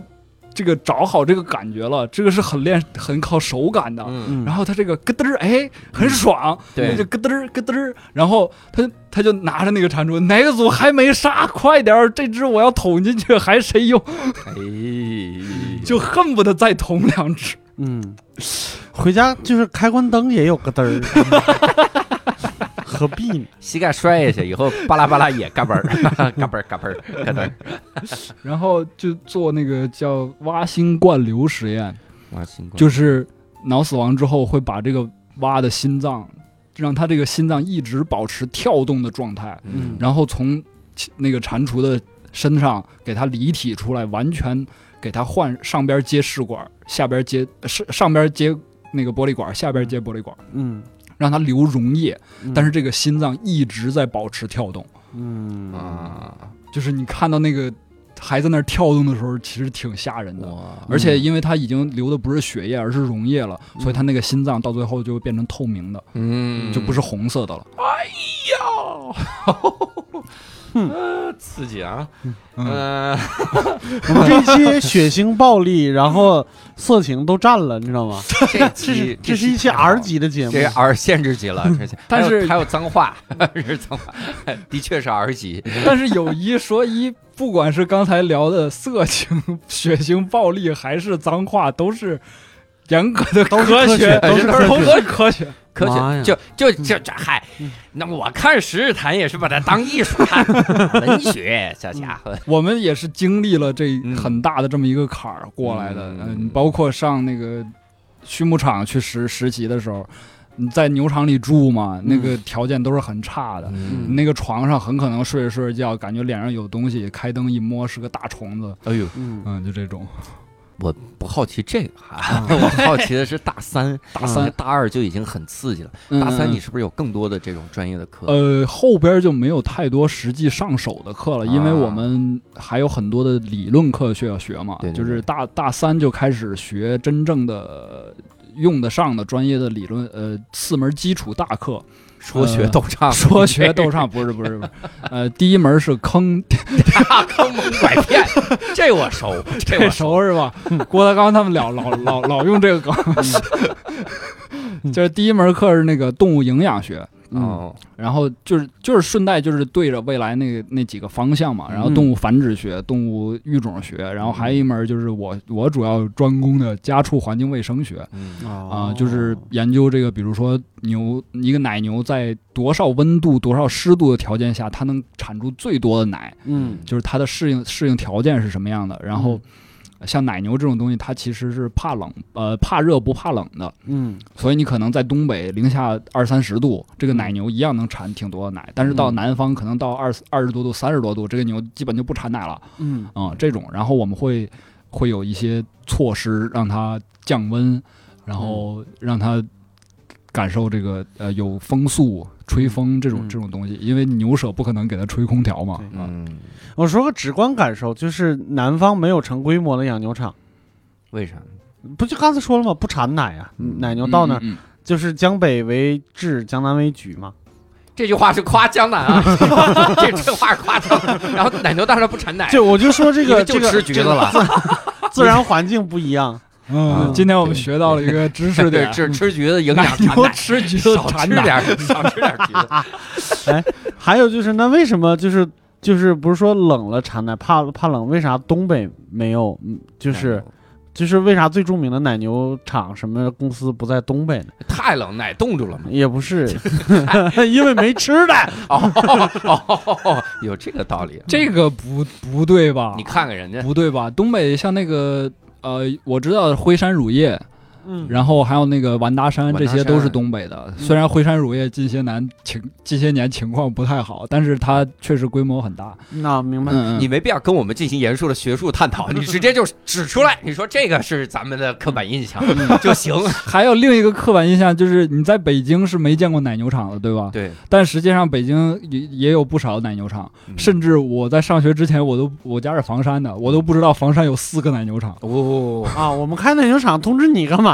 Speaker 2: 这个找好这个感觉了，这个是很练、很靠手感的。
Speaker 1: 嗯，
Speaker 3: 嗯
Speaker 2: 然后他这个咯噔儿，哎，很爽，
Speaker 1: 对
Speaker 2: 他就咯噔儿咯噔儿。然后他他就拿着那个蟾蜍，哪个组还没杀，快点儿，这只我要捅进去，还谁用？
Speaker 1: 哎，
Speaker 2: 就恨不得再捅两只。
Speaker 3: 嗯，回家就是开关灯也有个灯 [LAUGHS] 儿，何必呢？
Speaker 1: 膝盖摔下去以后，巴拉巴拉也嘎嘣儿， [LAUGHS] 嘎嘣儿嘎嘣儿嘎嘣儿。
Speaker 2: 然后就做那个叫蛙心灌流实验，
Speaker 1: 哇，辛苦了，
Speaker 2: 就是脑死亡之后会把这个蛙的心脏，让它这个心脏一直保持跳动的状态，
Speaker 1: 嗯
Speaker 2: 然后从其那个蟾蜍的身上给它离体出来，完全给它换上边接试管，下边接上上边接那个玻璃管，下边接玻璃管，
Speaker 3: 嗯，
Speaker 2: 让它流溶液，
Speaker 3: 嗯
Speaker 2: 但是这个心脏一直在保持跳动，
Speaker 3: 嗯
Speaker 1: 啊，
Speaker 2: 就是你看到那个还在那儿跳动的时候，其实挺吓人的。
Speaker 1: 哇，
Speaker 3: 嗯
Speaker 2: 而且因为它已经流的不是血液，而是溶液了，所以它那个心脏到最后就变成透明的，
Speaker 1: 嗯
Speaker 3: [LAUGHS]
Speaker 2: 就不是红色的了。
Speaker 1: 哎呦，[LAUGHS]
Speaker 3: 嗯
Speaker 1: 呃刺激啊，
Speaker 2: 嗯，
Speaker 1: 嗯，
Speaker 3: 我们这一期血腥、暴力，然后色情都占了，你知道吗？
Speaker 1: 这
Speaker 3: [LAUGHS] 这
Speaker 1: 期
Speaker 3: 是这是一期
Speaker 1: 太好了
Speaker 3: R 级的节目嗯
Speaker 1: 这，是 R 限制级了，这是，
Speaker 2: 但是
Speaker 1: 还有还有脏话，是脏话，哎的确是 R 级，
Speaker 2: 但是有一说一，不管是刚才聊的色情、血腥、暴力，还是脏话，都是严格的
Speaker 3: 都是科
Speaker 2: 学
Speaker 3: 学，都
Speaker 1: 是
Speaker 2: 都
Speaker 3: 科
Speaker 2: 是科学。
Speaker 1: 可
Speaker 3: 妈呀嗯
Speaker 1: 就就就这嗨，那么我看十日谈也是把它当艺术看， [LAUGHS] 文学，小家
Speaker 3: 嗯
Speaker 1: 伙，
Speaker 2: 我们也是经历了这
Speaker 1: 嗯
Speaker 2: 很大的这么一个坎儿过来的，
Speaker 1: 嗯
Speaker 2: 嗯，包括上那个畜牧场去实实习的时候，你在牛场里住嘛，那
Speaker 3: 嗯
Speaker 2: 个条件都是很差的。
Speaker 1: 嗯，
Speaker 2: 那个床上很可能睡着睡着觉，感觉脸上有东西，开灯一摸是个大虫子，
Speaker 1: 哎呦，
Speaker 3: 嗯，
Speaker 2: 嗯，就这种。
Speaker 1: 不好奇这个啊，
Speaker 3: 嗯
Speaker 1: 我好奇的是大三，大
Speaker 2: 三
Speaker 1: 大二就已经很刺激了，
Speaker 2: 嗯
Speaker 1: 大三你是不是有更多的这种专业的课？
Speaker 2: 呃，后边就没有太多实际上手的课了，因为
Speaker 1: 啊
Speaker 2: 我们还有很多的理论课需要学嘛。
Speaker 1: 对对
Speaker 2: 就
Speaker 1: 对
Speaker 2: 是大大三就开始学真正的用得上的专业的理论，呃，四门基础大课，
Speaker 1: 说学逗唱，[LAUGHS]
Speaker 2: 说学逗唱，不是不是不是，呃，第一门是坑，
Speaker 1: 大坑蒙拐骗， [LAUGHS] 这我熟， [LAUGHS] 这
Speaker 2: 这
Speaker 1: 我熟。
Speaker 2: 熟是吧？郭德纲他们俩老老老用这个梗，就是第一门课是那个动物营养学，嗯
Speaker 1: 哦，
Speaker 2: 然后就是就是顺带就是对着未来那个那几个方向嘛，然后
Speaker 3: 嗯
Speaker 2: 动物繁殖学、动物育种学，然后还有一门就是我我主要专攻的家畜环境卫生学
Speaker 1: 嗯，
Speaker 2: 啊、
Speaker 3: 啊
Speaker 2: 就是研究这个，比如说牛一个奶牛在多少温度、多少湿度的条件下，它能产出最多的奶，
Speaker 3: 嗯
Speaker 2: 就是它的适应适应条件是什么样的。然后像奶牛这种东西，它其实是怕冷，呃，怕热不怕冷的。
Speaker 3: 嗯
Speaker 2: 所以你可能在东北零下二三十度，这个奶牛一样能产挺多的奶，但是到
Speaker 3: 嗯
Speaker 2: 南方可能到二二十多度、三十多度，这个牛基本就不产奶了
Speaker 3: 嗯
Speaker 2: 啊、这种。然后我们会会有一些措施让它降温，然
Speaker 3: 嗯
Speaker 2: 后让它感受这个呃有风速、吹风这种
Speaker 3: 嗯
Speaker 2: 这种东西，因为牛舍不可能给它吹空调嘛
Speaker 3: 对。
Speaker 2: 啊，
Speaker 1: 嗯，
Speaker 3: 我说个直观感受，就是南方没有成规模的养牛场，
Speaker 1: 为啥？
Speaker 3: 不就刚才说了吗？不产奶啊，
Speaker 1: 嗯
Speaker 3: 奶牛到那儿、
Speaker 2: 嗯嗯
Speaker 3: 就是江北为治，江南为举嘛。
Speaker 1: 这句话是夸江南 [LAUGHS] 啊，这这话是夸江南。然后奶牛当然不产奶，
Speaker 3: 就我就说这
Speaker 1: 因为
Speaker 3: 个
Speaker 1: 哎就
Speaker 3: 这
Speaker 1: 吃
Speaker 3: 个
Speaker 1: 橘子了，
Speaker 3: 自 [LAUGHS] 然环境不一样，
Speaker 2: 嗯
Speaker 3: 啊
Speaker 2: 今天我们学到了一个知识
Speaker 1: 对，
Speaker 2: 点，
Speaker 1: 只吃橘子营养
Speaker 2: 奶
Speaker 1: 产
Speaker 2: 牛
Speaker 1: 奶，
Speaker 2: 吃橘子
Speaker 1: 少吃
Speaker 2: 产
Speaker 1: 点
Speaker 2: 奶，
Speaker 1: 儿，少吃点儿橘子。
Speaker 3: 还有就是，那为什么就是就是不是说冷了产奶怕怕冷？为啥东北没有？嗯就是就是为啥最著名的奶牛场什么公司不在东北呢？
Speaker 1: 太冷，奶冻住了嘛。
Speaker 3: 也不是， [LAUGHS] 因为没吃的。
Speaker 1: 哦哦 [LAUGHS] 哦，有这个嗯道理。
Speaker 2: 这个不不对吧？
Speaker 1: 你看看人家，
Speaker 2: 不对吧？东北像那个呃，我知道辉山乳业，
Speaker 3: 嗯
Speaker 2: 然后还有那个完达山，
Speaker 1: 完达
Speaker 2: 这
Speaker 1: 山嗯
Speaker 2: 些都是东北的。虽然辉山乳业近些年情近些年情况不太好，但是它确实规模很大。
Speaker 3: 那明白。
Speaker 2: 嗯，
Speaker 1: 你
Speaker 2: 嗯
Speaker 1: 没必要跟我们进行严肃的学术探讨，你直接就指出来，你说这个是咱们的刻板印象就行。
Speaker 2: 还有另一个刻板印象就是你在北京是没见过奶牛场的，对吧？
Speaker 1: 对，
Speaker 2: 但实际上北京也也有不少奶牛场，
Speaker 1: 嗯
Speaker 2: 甚至我在上学之前，我都我家是房山的，我都不知道房山有四个奶牛场。
Speaker 1: 哦，
Speaker 3: 啊，我们开奶牛场通知你干嘛？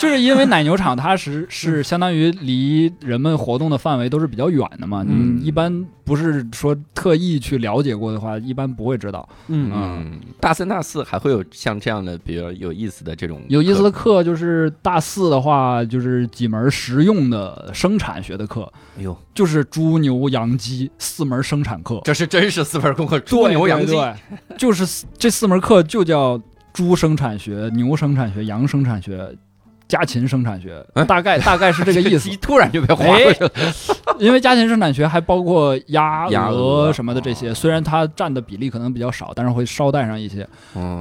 Speaker 2: 就是因为奶牛场它是是相当于离人们活动的范围都是比较远的嘛，
Speaker 3: 嗯
Speaker 2: 你一般不是说特意去了解过的话，一般不会知道。
Speaker 3: 嗯
Speaker 1: 嗯，大三、大四还会有像这样的比较有意思的这种
Speaker 2: 有意思的课就是大四的话，就是几门实用的生产学的课，
Speaker 1: 哎呦，
Speaker 2: 就是猪牛羊鸡四门生产课，
Speaker 1: 这是真是四门功课，
Speaker 2: 对
Speaker 1: 猪牛羊鸡
Speaker 2: 对，对 [LAUGHS] 就是四这四门课就叫猪生产学、牛生产学、羊生产学、家禽生产学，
Speaker 1: 哎
Speaker 2: 大概大概是这
Speaker 1: [LAUGHS]
Speaker 2: 个意思哎
Speaker 1: 鸡。突然就被划过去了。
Speaker 2: 因为家禽生产学还包括鸭、
Speaker 1: 鸭
Speaker 2: 鹅
Speaker 1: 鹅
Speaker 2: 什么的这些，
Speaker 1: 哦
Speaker 2: 虽然它占的比例可能比较少，但是会捎带上一些。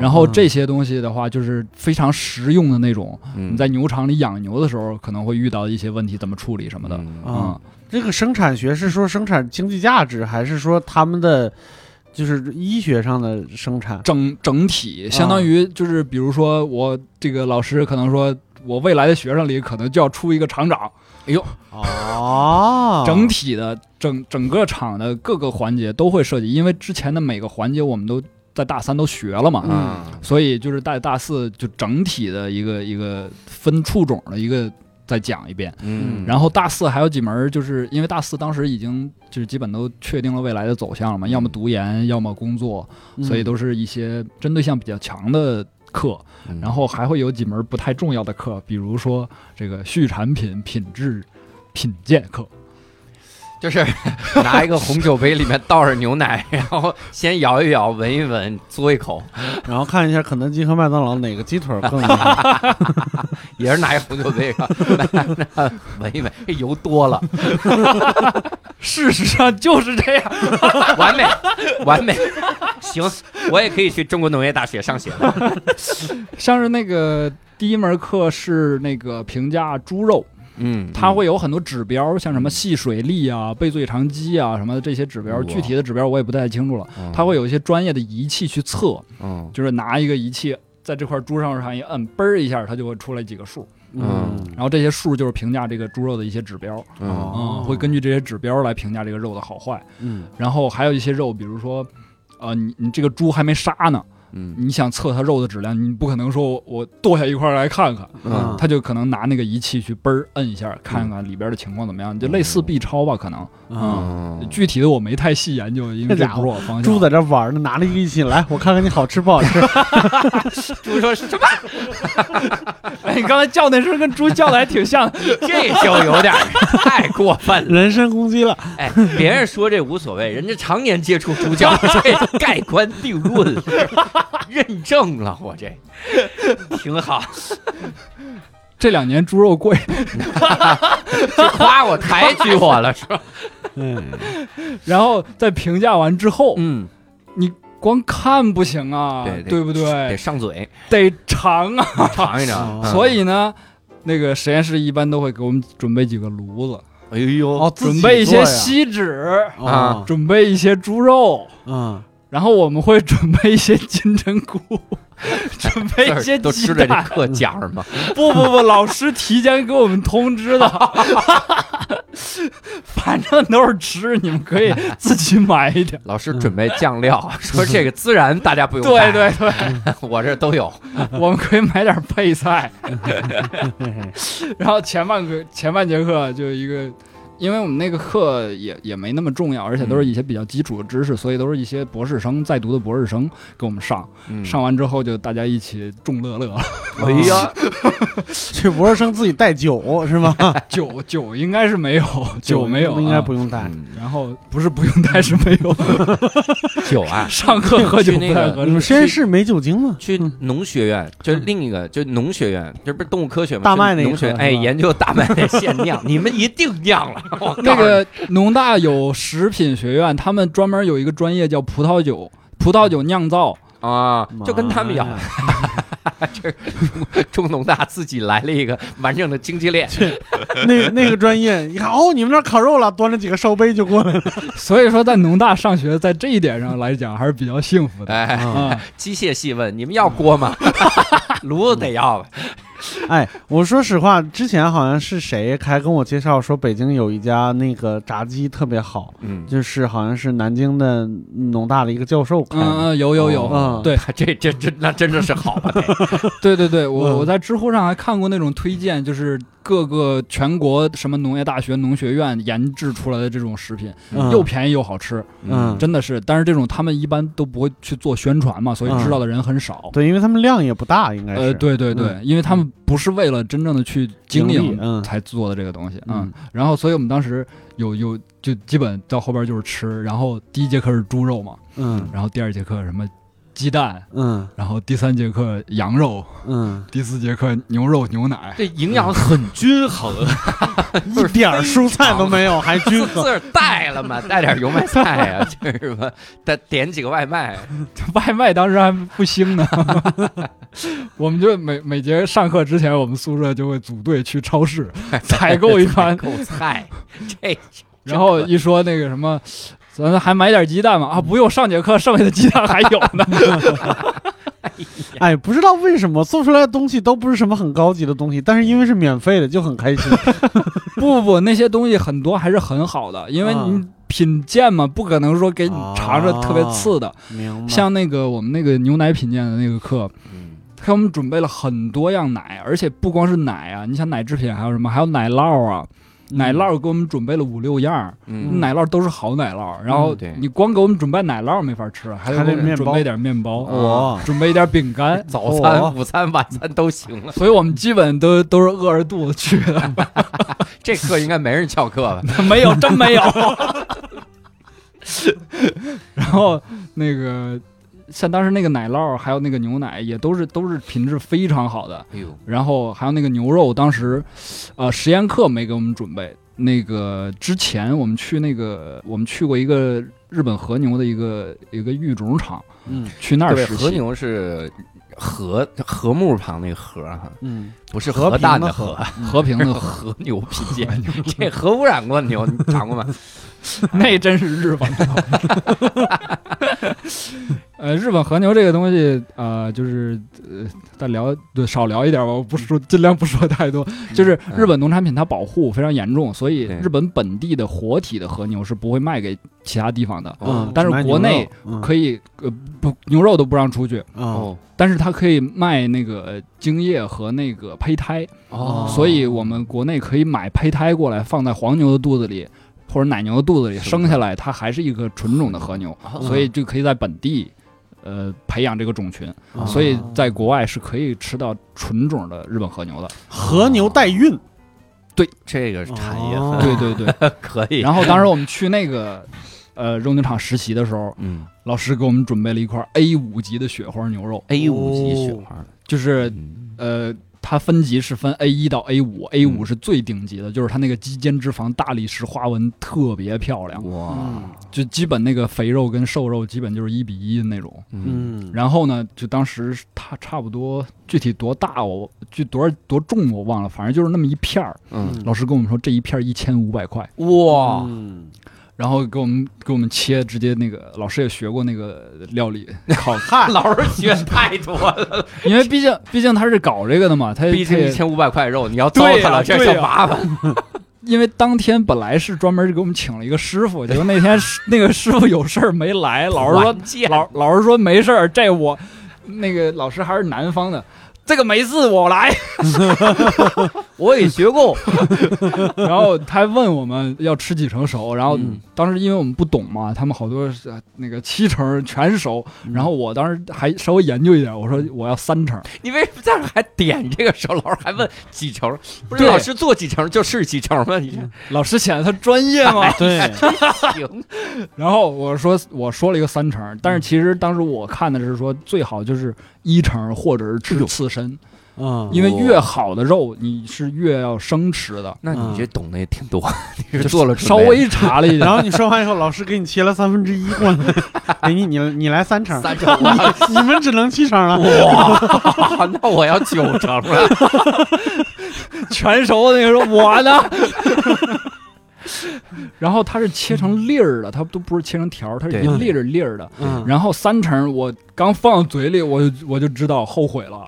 Speaker 2: 然
Speaker 1: 后
Speaker 2: 后这些东西的话，就是非常实用的那种，
Speaker 1: 嗯
Speaker 2: 你在牛场里养牛的时候可能会遇到一些问题，怎么处理什么的。
Speaker 1: 的
Speaker 3: 啊
Speaker 2: 嗯，
Speaker 3: 这个生产学是说生产经济价值，还是说他们的就是医学上的生产？
Speaker 2: 整整体相当于就是，比如说我这个老师可能说。我未来的学生里可能就要出一个厂长，
Speaker 1: 啊
Speaker 3: 哦
Speaker 2: 整体的整整个厂的各个环节都会涉及，因为之前的每个环节我们都在大三都学了嘛，
Speaker 1: 嗯
Speaker 2: 所以就是大大四就整体的一个一个分畜种的一个再讲一遍。
Speaker 1: 嗯
Speaker 2: 然后大四还有几门，就是因为大四当时已经就是基本都确定了未来的走
Speaker 1: 嗯
Speaker 2: 向了嘛，要么读研，要么工作，所以都是一些针对性比较强的课。
Speaker 1: 嗯
Speaker 2: 然后还会有几门不太重要的课，比如说这个畜产品品质品鉴课。
Speaker 1: 就是拿一个红酒杯，里面倒上牛奶，然后先摇一摇，闻一闻，嘬一口，
Speaker 3: 然后看一下肯德基和麦当劳哪个鸡腿儿更 [LAUGHS]
Speaker 1: 也是拿一红酒杯，然后闻一闻，这油多了，
Speaker 2: 事实上就是这样，
Speaker 1: 完美，完美，行，我也可以去中国农业大学上学了。
Speaker 2: 像是那个第一门课是那个评价猪肉，
Speaker 1: 嗯
Speaker 2: 它会有很多指标，像什么细水力啊、贝最长肌啊什么的这些指标，
Speaker 1: 哇
Speaker 2: 具体的指标我也不太清楚了。它会有一些专业的仪器去测，
Speaker 1: 嗯
Speaker 2: 就是拿一个仪器在这块猪上上一摁，嘣儿一下，它就会出来几个数，
Speaker 1: 嗯
Speaker 2: 然后这些数就是评价这个猪肉的一些指标，
Speaker 1: 嗯
Speaker 2: 嗯，会根据这些指标来评价这个肉的好坏。
Speaker 3: 嗯
Speaker 2: 然后还有一些肉，比如说，呃，你你这个猪还没杀呢，
Speaker 1: 嗯
Speaker 2: 你想测它肉的质量，你不可能说我剁下一块来看看，
Speaker 1: 嗯
Speaker 2: 他就可能拿那个仪器去嘣儿摁一下，看看里边的情况怎么样，就类似 B 超吧，可能。
Speaker 1: 嗯
Speaker 2: 嗯
Speaker 3: 啊，
Speaker 2: 具体的我没太细研究，因为
Speaker 3: 这
Speaker 2: 这
Speaker 3: 家
Speaker 2: 不是我方向。
Speaker 3: 猪在这玩儿呢，拿了一个仪器来，我看看你好吃不好吃。
Speaker 1: 猪说什么？
Speaker 2: [LAUGHS] 哎，你刚才叫那声跟猪叫的还挺像的。 [LAUGHS]
Speaker 1: 这就有点太过分了。
Speaker 3: 人身攻击了，
Speaker 1: 哎， [LAUGHS] 别人说这无所谓，人家常年接触猪教，这就盖棺定论了，认证了，我这挺好，
Speaker 2: 这两年猪肉贵，
Speaker 1: 就夸我抬举我了，是吧？
Speaker 3: 嗯
Speaker 2: 然后在评价完之后，
Speaker 1: 嗯，
Speaker 2: 光看不行啊，
Speaker 1: 对对
Speaker 2: 不
Speaker 1: 哎得
Speaker 2: 对？
Speaker 1: 上嘴
Speaker 2: 得尝啊。
Speaker 1: 尝一尝。
Speaker 3: 嗯
Speaker 2: 所，以呢，那个实验室一般都会给我们准备几个炉子，
Speaker 1: 哎呦，
Speaker 3: 哦，自己
Speaker 2: 准备一些
Speaker 3: 做呀
Speaker 2: 锡纸，
Speaker 1: 啊
Speaker 3: 啊，
Speaker 2: 准备一些猪肉，
Speaker 3: 嗯，
Speaker 2: 然后我们会准备一些金针
Speaker 1: [LAUGHS]
Speaker 2: 菇，准备一些
Speaker 1: 都
Speaker 2: 鸡
Speaker 1: 吃的这
Speaker 2: 蛋。
Speaker 1: 课讲什 [LAUGHS] 么？。
Speaker 2: 不不不，老师提前给我们通知的， [LAUGHS] 反正都是吃，你们可以自己买一点
Speaker 1: 老师准备酱 [LAUGHS] 料，说这个孜然大家 [LAUGHS] 不用
Speaker 2: 对
Speaker 1: 带，
Speaker 2: 对对，
Speaker 1: 我这都有。
Speaker 2: [LAUGHS] 我们可以买点配 [LAUGHS] 菜。然后前半个前半节课就一个，因为我们那个课也也没那么重要，而且都是一些比较基础的知识，所以都是一些博士生在读的博士生给我们上。
Speaker 1: 嗯
Speaker 2: 上完之后就大家一起众乐乐，
Speaker 1: 哎呀，
Speaker 3: 这啊博士生自己带酒是 [LAUGHS] 吗？
Speaker 2: 酒酒应该是没 [LAUGHS] 有，酒没有、啊
Speaker 3: 应该。不用带。
Speaker 1: 嗯
Speaker 2: 然后不是不用带，是没 [LAUGHS] 有。
Speaker 1: 酒啊，
Speaker 2: 上课喝酒不太合
Speaker 3: 你们
Speaker 2: 适。
Speaker 3: 实验室没酒精吗？
Speaker 1: 去农学院，就是另一个，就是农学院，这不是动物科学吗？
Speaker 3: 嗯大麦那
Speaker 1: 就
Speaker 3: 一
Speaker 1: 农学
Speaker 3: 科
Speaker 1: 院，
Speaker 3: 是
Speaker 1: 哎，
Speaker 3: 吧
Speaker 1: 研究大麦的现
Speaker 3: [LAUGHS]
Speaker 1: 酿，你们一定酿了。我告
Speaker 2: 那
Speaker 1: 诉
Speaker 2: 个农大有食品学院，他们专门有一个专业叫葡萄酒，葡萄酒酿造。
Speaker 1: 你啊，就跟他们一样 [LAUGHS]
Speaker 3: 妈，呀
Speaker 1: 中农大自己来了一个完整的经济
Speaker 3: [LAUGHS]
Speaker 1: 链，
Speaker 3: 那那个专业，你看哦，你们那儿烤肉了，端着几个烧杯就过来了。
Speaker 2: 所以说，在农大上学，在这一点上来讲还是比较幸福
Speaker 3: 嗯
Speaker 2: 的。
Speaker 1: 哎，
Speaker 2: 啊，
Speaker 1: 机械细问，你们要锅
Speaker 3: [LAUGHS]
Speaker 1: 吗？炉子得要吧？
Speaker 3: [LAUGHS] 哎，我说实话，之前好像是谁还跟我介绍说北京有一家那个炸鸡特别好，
Speaker 1: 嗯， [LAUGHS]
Speaker 3: 就是好像是南京的农大的一个教授开
Speaker 2: 嗯
Speaker 3: 的。
Speaker 2: 嗯，有有有，
Speaker 1: 哦
Speaker 3: 嗯
Speaker 2: 对
Speaker 1: 这这这那真的是好啊
Speaker 3: [LAUGHS]
Speaker 1: 吧？
Speaker 2: 对对对，我
Speaker 3: 嗯
Speaker 2: 我在知乎上还看过那种推荐，就是各个全国什么农业大学、农学院研制出来的这种食品，
Speaker 3: [LAUGHS] 嗯
Speaker 2: 又便宜又好吃，
Speaker 3: 嗯
Speaker 2: 真的是。但是这种他们一般都不会去做宣传嘛，所以
Speaker 3: 嗯
Speaker 2: 知道的人很少。
Speaker 3: 对，因为他们量也不大，应该是。嗯
Speaker 2: 呃，对对对，因为他们不是为了真正的去经
Speaker 3: 盈利
Speaker 2: 营
Speaker 3: 嗯
Speaker 2: 才做的这个东西，嗯，
Speaker 3: 嗯
Speaker 2: 然后所以我们当时有有就基本到后边就是吃，然后第一节课是猪肉嘛，
Speaker 3: 嗯
Speaker 2: 然后第二节课什么鸡蛋，
Speaker 3: 嗯
Speaker 2: 然后第三节课羊肉，
Speaker 3: 嗯，
Speaker 2: 第四节课牛肉牛奶，
Speaker 1: 这营养很均衡，
Speaker 3: [LAUGHS] 一点儿蔬菜都没有，还
Speaker 1: [LAUGHS]
Speaker 3: 均
Speaker 1: 自
Speaker 3: 衡。
Speaker 1: 个儿带了
Speaker 3: [LAUGHS]
Speaker 1: 嘛，带点油麦菜啊， [LAUGHS] 就是什么，再点几个外
Speaker 3: [LAUGHS]
Speaker 1: 卖，
Speaker 2: [LAUGHS] 外卖当时还不兴呢， [LAUGHS] 我们就每每节上课之前，我们宿舍就会组队去超市 [LAUGHS] 采购一番，
Speaker 1: 够菜，这
Speaker 2: 然后一说那个什么，咱还买点鸡蛋嘛？啊，不用，上节课剩下的鸡蛋还有 [LAUGHS] 呢。
Speaker 3: 哎，不知道为什么做出来的东西都不是什么很高级的东西，但是因为是免费的就很
Speaker 2: [LAUGHS]
Speaker 3: 开心。
Speaker 2: 不不不，那些东西很多还是很好的，因为
Speaker 3: 啊
Speaker 2: 你品鉴嘛，不可能说给你尝着特别次的。
Speaker 3: 明
Speaker 2: 像那个我们那个牛奶品鉴的那个课，
Speaker 1: 嗯
Speaker 2: 他给我们准备了很多样奶，而且不光是奶啊，你想奶制品还有什么？还有奶酪啊，奶酪给我们准备了五六样儿，
Speaker 1: 嗯
Speaker 2: 奶酪都是好奶酪。然后
Speaker 1: 嗯对
Speaker 2: 你光给我们准备奶酪没法吃，还得
Speaker 3: 还得
Speaker 2: 给我们
Speaker 3: 面包
Speaker 2: 准备点面
Speaker 3: 哦
Speaker 2: 包，
Speaker 3: 哇
Speaker 2: 准备一点
Speaker 1: [LAUGHS]
Speaker 2: 饼干。
Speaker 1: 早餐、
Speaker 3: 哦
Speaker 1: 午餐、晚餐都行了。
Speaker 2: 所以我们基本都都是饿着肚子去的，
Speaker 1: 这课应该没人翘课吧？
Speaker 2: 没有，真没有。 [LAUGHS] 然后那个像当时那个奶酪，还有那个牛奶，也都是都是品质非常好的。
Speaker 1: 哎呦，
Speaker 2: 然后还有那个牛肉，当时，呃，实验课没给我们准备。那个之前我们去那个，我们去过一个日本和牛的一个一个育种场，
Speaker 3: 嗯
Speaker 2: 去那儿
Speaker 1: 对，
Speaker 2: 实习。
Speaker 1: 和牛是禾禾木旁那个禾哈，
Speaker 3: 嗯，
Speaker 1: 不是
Speaker 3: 和
Speaker 1: 核
Speaker 3: 平
Speaker 1: 弹
Speaker 3: 的
Speaker 1: 核，
Speaker 2: 和平 [LAUGHS] 的和，
Speaker 1: 和牛皮剑，这核污染过的牛，你尝过吗？
Speaker 2: 那真是日本的。 [LAUGHS] 呃，日本和牛这个东西，呃，就是呃，但聊对少聊一点吧，我不说，尽量不说太多。就是日本农产品它保护非常严重，所以
Speaker 1: 嗯对
Speaker 2: 日本本地的活体的和牛是不会卖给其他地方的。
Speaker 1: [LAUGHS] 哦
Speaker 2: 嗯但是国内
Speaker 3: 以
Speaker 2: 可以呃不牛肉都不让出去，
Speaker 3: 哦
Speaker 1: 哦
Speaker 2: 但是它可以卖那个精液和那个胚胎，
Speaker 1: 哦，
Speaker 2: 所以我们国内可以买胚胎过来放在黄牛的肚子里或者奶牛的肚子里
Speaker 1: 是的
Speaker 2: 生下来，它还是一个纯种的和牛，
Speaker 1: 哦
Speaker 2: 所以就可以在本地。呃，培养这个种群，
Speaker 3: 哦
Speaker 2: 所以在国外是可以吃到纯种的日本和牛的。
Speaker 3: 和牛代孕，
Speaker 1: 这个产业
Speaker 3: 哦
Speaker 1: 很
Speaker 2: 对对
Speaker 1: [LAUGHS]
Speaker 2: 对。
Speaker 1: 可以。
Speaker 2: 然后当时我们去那个呃肉牛场实习的时候，
Speaker 1: 嗯
Speaker 2: 老师给我们准备了一块 A 五级的雪花牛肉，
Speaker 1: ，A 五级雪花的，
Speaker 2: 就是
Speaker 1: 嗯
Speaker 2: 呃，它分级是分 A 一到 A 五，A
Speaker 1: 嗯
Speaker 2: 五是最顶级的，就是它那个肌间脂肪大理石花纹特别漂亮，
Speaker 1: 哇，
Speaker 3: 嗯
Speaker 2: 就基本那个肥肉跟瘦肉基本就是一比一的那种。
Speaker 1: 嗯
Speaker 3: 嗯，
Speaker 2: 然后呢，就当时它差不多具体多大我就多少多重我忘了，反正就是那么一片儿。
Speaker 1: 嗯，
Speaker 2: 老师哦跟我们说这一片一千五百块，
Speaker 1: 哇，
Speaker 3: 嗯
Speaker 2: 然后给我们给我们切，直接那个老师也学过那个料理烤，
Speaker 3: 嗨，
Speaker 1: 老师学太多了，
Speaker 2: 因为毕竟毕竟他是搞哎这个的嘛，他
Speaker 1: 毕
Speaker 2: 他
Speaker 1: 竟
Speaker 2: 也
Speaker 1: 一千五百块肉，你要糟蹋了，
Speaker 2: 对呀
Speaker 1: 这就麻烦。
Speaker 2: 因为当天本来是专门给我们请了一个师傅，结果
Speaker 1: [LAUGHS]
Speaker 2: 那天师那个师傅有事儿没来，老师说
Speaker 1: 说
Speaker 2: 老老师说没事儿，这我那个老师还是南方的，这个没事我来。
Speaker 1: [LAUGHS] 我也学过，
Speaker 2: [LAUGHS] 然后他还问我们要吃几成熟，然后
Speaker 1: 嗯
Speaker 2: 当时因为我们不懂嘛，他们好多是呃那个七成全熟，然后
Speaker 1: 嗯
Speaker 2: 我当时还稍微研究一点，我说我要三成，
Speaker 1: 你为什么在这儿还点这个时候？老师还问
Speaker 2: 嗯
Speaker 1: 几成？不是
Speaker 2: 对
Speaker 1: 老师做几成就是几成吗？你这
Speaker 2: 老师显得他专业嘛。 [LAUGHS]
Speaker 3: 对，
Speaker 2: 嗯
Speaker 1: 行，
Speaker 2: 然后我说我说了一个三成，但是其实当时我看的是说最好就是一成或者是吃刺身，
Speaker 1: 哦
Speaker 3: 嗯，
Speaker 2: 因为越好的肉你是越要生吃的。
Speaker 1: 那你这懂得也挺多， [LAUGHS] 你
Speaker 2: 嗯就是
Speaker 1: 做了准备
Speaker 2: 稍微查了
Speaker 3: [LAUGHS]
Speaker 2: 一
Speaker 3: 然
Speaker 2: 下，
Speaker 3: 后你说完以后，老师给你切了三分之一过来，给你你你来三成，
Speaker 1: 三成，哇，
Speaker 3: [LAUGHS] 你们只能七成了。
Speaker 1: [LAUGHS] 那我要九成了。
Speaker 2: [LAUGHS] 全熟的那个说我呢。
Speaker 1: [LAUGHS]
Speaker 2: 然后它是切成粒儿的，它都不是切成条儿，它是
Speaker 1: 对
Speaker 2: 一粒儿粒儿的。
Speaker 3: 嗯，
Speaker 2: 然后三成我刚放嘴里，我就我就知道后悔了，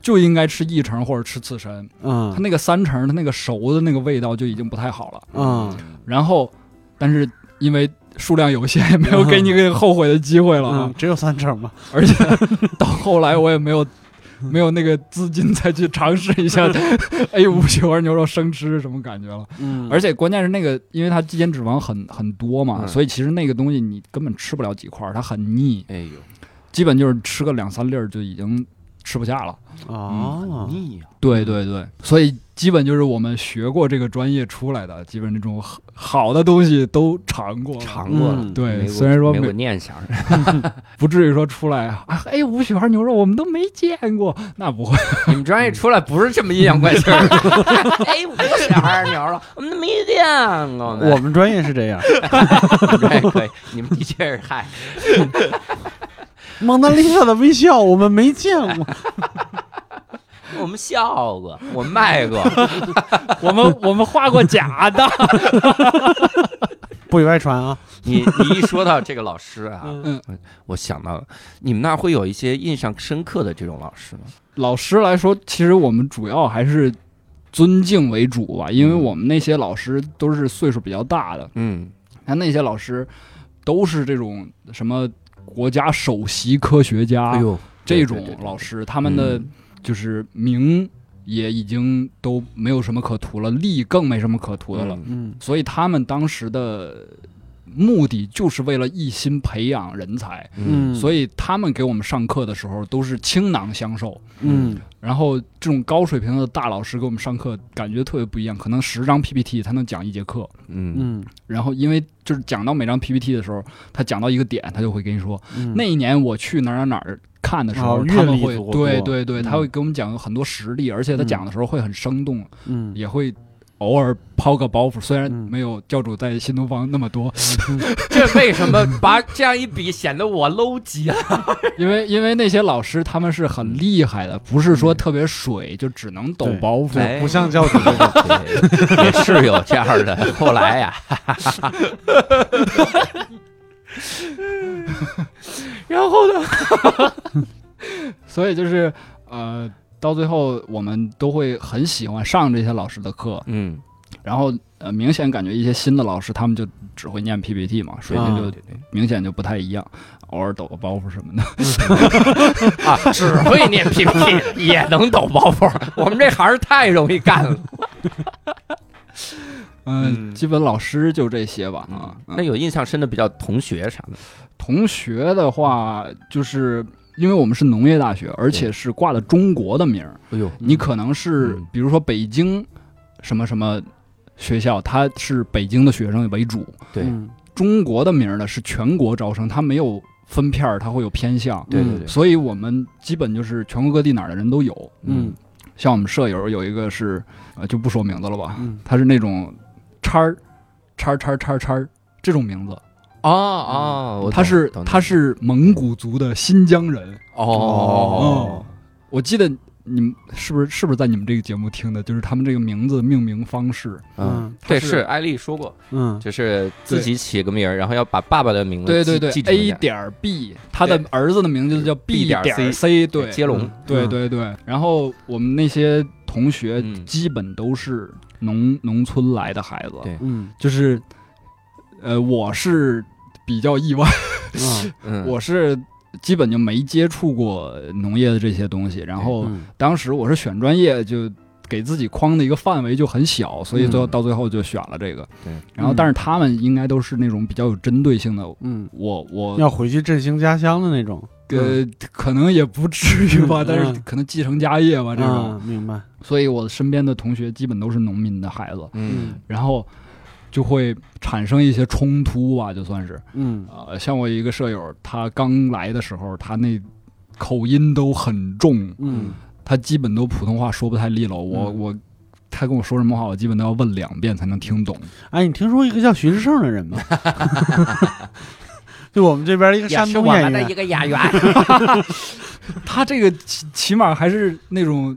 Speaker 2: 就应该吃一成或者吃刺身。它
Speaker 3: 嗯
Speaker 2: 那个三成，它那个熟的那个味道就已经不太好了。
Speaker 3: 嗯
Speaker 2: 然后，但是因为数量有限，也没有给你个后悔的机会了啊
Speaker 3: 嗯，。只有三成嘛。
Speaker 2: 而且到后来我也没有
Speaker 3: 嗯
Speaker 2: 没有那个资金再去尝试一
Speaker 3: [LAUGHS]
Speaker 2: 下 A 五雪花牛肉生吃是什么感觉了。
Speaker 3: 嗯
Speaker 2: 而且关键是那个，因为它肌间脂肪很很多嘛，
Speaker 1: 嗯
Speaker 2: 所以其实那个东西你根本吃不了几块儿，它很腻，
Speaker 1: 哎呦，
Speaker 2: 基本就是吃个两三粒儿就已经吃不下了。
Speaker 3: 嗯
Speaker 2: 嗯
Speaker 3: 哦，
Speaker 1: 腻呀！
Speaker 2: 对对对，所以基本就是我们学过这个专业出来的，基本这种好好的东西都尝过了，
Speaker 1: 尝过了
Speaker 3: 嗯，
Speaker 2: 对
Speaker 1: 没过
Speaker 2: 虽然说
Speaker 1: 没
Speaker 2: 没
Speaker 1: 有念想， [LAUGHS]
Speaker 2: 不至于说出来啊，啊哎，五雪花牛肉我们都没见过，那不会，
Speaker 1: 你们专业出来不是这么阴阳怪
Speaker 2: [LAUGHS]
Speaker 1: 气儿的。哎，我小孩儿鸟了，我们都没见过呢。
Speaker 3: 我们专业是这样。
Speaker 1: 我专业可以，你们的确是嗨，
Speaker 3: 蒙娜丽莎的微笑我们没见过，
Speaker 1: 我们笑过，我卖过，
Speaker 2: 我们我们画过假的。
Speaker 3: 不许外传啊。
Speaker 1: 你你一说到这个老师啊，
Speaker 3: 嗯
Speaker 1: 我想到了，你们那儿会有一些印象深刻的这种老师吗？
Speaker 2: [LAUGHS] 老师来说，其实我们主要还是尊敬为主吧，因为我们那些老师都是岁数比较大的，
Speaker 1: 嗯，
Speaker 2: 他那些老师都是这种什么国家首席科学家，
Speaker 1: 啊哎呦，
Speaker 2: 这
Speaker 1: 对对
Speaker 2: 种
Speaker 1: 对
Speaker 2: 老师，他们的就是名也已经都没有什么可图了，利更没什么可图的了。
Speaker 1: 嗯
Speaker 3: 嗯
Speaker 2: 所以他们当时的目的就是为了一心培养人才，
Speaker 1: 嗯
Speaker 2: 所
Speaker 3: 以
Speaker 2: 以他们给我们上课的时候都是倾囊相授。
Speaker 3: 嗯
Speaker 2: 然后这种高水平的大老师给我们上课，感觉特别不一样，可能十张 PPT 他能讲一节课。
Speaker 1: [LAUGHS] 嗯
Speaker 3: 嗯
Speaker 2: 然后因为就是讲到每张 PPT 的时候，他讲到一个点，他就会跟你说，
Speaker 3: 嗯
Speaker 2: 那一年我去哪儿哪儿哪儿看的时候，
Speaker 3: 哦
Speaker 2: 他
Speaker 3: 阅
Speaker 2: 们
Speaker 3: 历
Speaker 2: 会
Speaker 3: 多
Speaker 2: 对
Speaker 3: 多
Speaker 2: 对对，
Speaker 3: 嗯
Speaker 2: 他会给我们讲很多实例，而且他
Speaker 3: 嗯
Speaker 2: 讲的时候会很生动，
Speaker 3: 嗯
Speaker 2: 也会偶尔抛个包袱。虽然
Speaker 3: 嗯
Speaker 2: 没有教主在新东方那么
Speaker 3: [LAUGHS]
Speaker 2: 多，
Speaker 1: 这为什么把这样一比显得我 low 啊极了？
Speaker 2: 因为因为那些老师他们是很厉害的，不是说特别水就只能抖
Speaker 3: 嗯对
Speaker 2: 包袱。
Speaker 1: 哎 [LAUGHS]
Speaker 3: 不像教主这种
Speaker 1: 也是有这样的。 [LAUGHS] 后来呀、然后呢？
Speaker 2: 所以就是呃，到最后我们都会很喜欢上这些老师的课，
Speaker 1: 嗯，
Speaker 2: 然后呃，明显感觉一些新的老师他们就只会念 PPT 嘛，水平
Speaker 3: 啊
Speaker 2: 就明显就不太一样，偶尔抖个包袱什么的。
Speaker 1: 啊，只会念 PPT [LAUGHS] 也能抖包袱， [LAUGHS] 我们这行儿太容易干了。
Speaker 2: 嗯，
Speaker 1: 嗯
Speaker 2: 基本老师就这些吧啊。嗯
Speaker 1: 那有印象深的比较同学啥的，
Speaker 2: 同学的话，就是因为我们是农业大学，而且是挂的中国的名儿，
Speaker 1: 哎呦，
Speaker 2: 你可能是
Speaker 1: 嗯
Speaker 2: 比如说北京什么什么学校，它是北京的学生为主，
Speaker 1: 对
Speaker 3: 嗯
Speaker 2: 中国的名儿呢是全国招生，它没有分片儿，它会有偏向。
Speaker 1: 对对
Speaker 3: 嗯
Speaker 1: 对，
Speaker 2: 所以我们基本就是全国各地哪儿的人都有，
Speaker 3: 嗯
Speaker 2: 像我们舍友有一个是，呃，就不说名字了吧，
Speaker 3: 嗯
Speaker 2: 他是那种叉儿叉儿叉儿叉儿叉儿这种名字，
Speaker 1: 哦哦，我
Speaker 2: 他
Speaker 1: 懂
Speaker 2: 是
Speaker 1: 懂懂
Speaker 2: 他是蒙古族的新疆人。嗯
Speaker 1: 哦，
Speaker 2: 我记得你们是不是是不是在你们这个节目听的？就是他们这个名字命名方式，
Speaker 1: 嗯，
Speaker 3: 嗯
Speaker 1: 对，
Speaker 2: 他是
Speaker 1: 是艾丽说过，
Speaker 3: 嗯
Speaker 1: 就是自己起个名儿，然后要把爸爸的名字
Speaker 2: 对对
Speaker 1: 记
Speaker 2: 对
Speaker 1: 记住一
Speaker 2: ，A
Speaker 1: 下
Speaker 2: 点儿 B，他的
Speaker 1: 对
Speaker 2: 儿子的名字就叫
Speaker 1: B 点
Speaker 2: 点
Speaker 1: 儿 C
Speaker 2: 儿 C，对
Speaker 1: 接龙，
Speaker 2: 对
Speaker 3: 嗯
Speaker 2: 对对。然后我们那些同学
Speaker 1: 嗯
Speaker 2: 基本都是农农村来的孩子，
Speaker 1: 对
Speaker 3: 嗯
Speaker 2: 就是，呃，我是比较意外，
Speaker 3: 嗯
Speaker 1: 嗯，
Speaker 2: 我是基本就没接触过农业的这些东西。然后
Speaker 3: 嗯
Speaker 2: 当时我是选专业，就给自己框的一个范围就很小，所以最后
Speaker 1: 嗯
Speaker 2: 到最后就选了这个。
Speaker 1: 对
Speaker 2: 然后，但是他们应该都是那种比较有针对性的。
Speaker 3: 嗯
Speaker 2: 我我
Speaker 3: 要回去振兴家乡的那种
Speaker 2: 呃，可能也不至于吧，
Speaker 3: 嗯
Speaker 2: 但是
Speaker 3: 嗯
Speaker 2: 可能继承家业吧这种。
Speaker 3: 啊明白
Speaker 2: 所以我身边的同学基本都是农民的孩子，
Speaker 1: 嗯
Speaker 2: 然后就会产生一些冲突吧，就算是。
Speaker 3: 嗯
Speaker 2: 呃，像我一个舍友，他刚来的时候，他那口音都很重，
Speaker 3: 嗯
Speaker 2: 他基本都普通话说不太利落。我、
Speaker 3: 嗯
Speaker 2: 我，他跟我说什么话，我基本都要问两遍才能听懂。
Speaker 3: 哎，你听说一个叫徐志胜的人吗？ [LAUGHS] 就我们这边一个山东演员，
Speaker 1: 个演员，
Speaker 3: 嗯
Speaker 2: 他这个起起码还是那种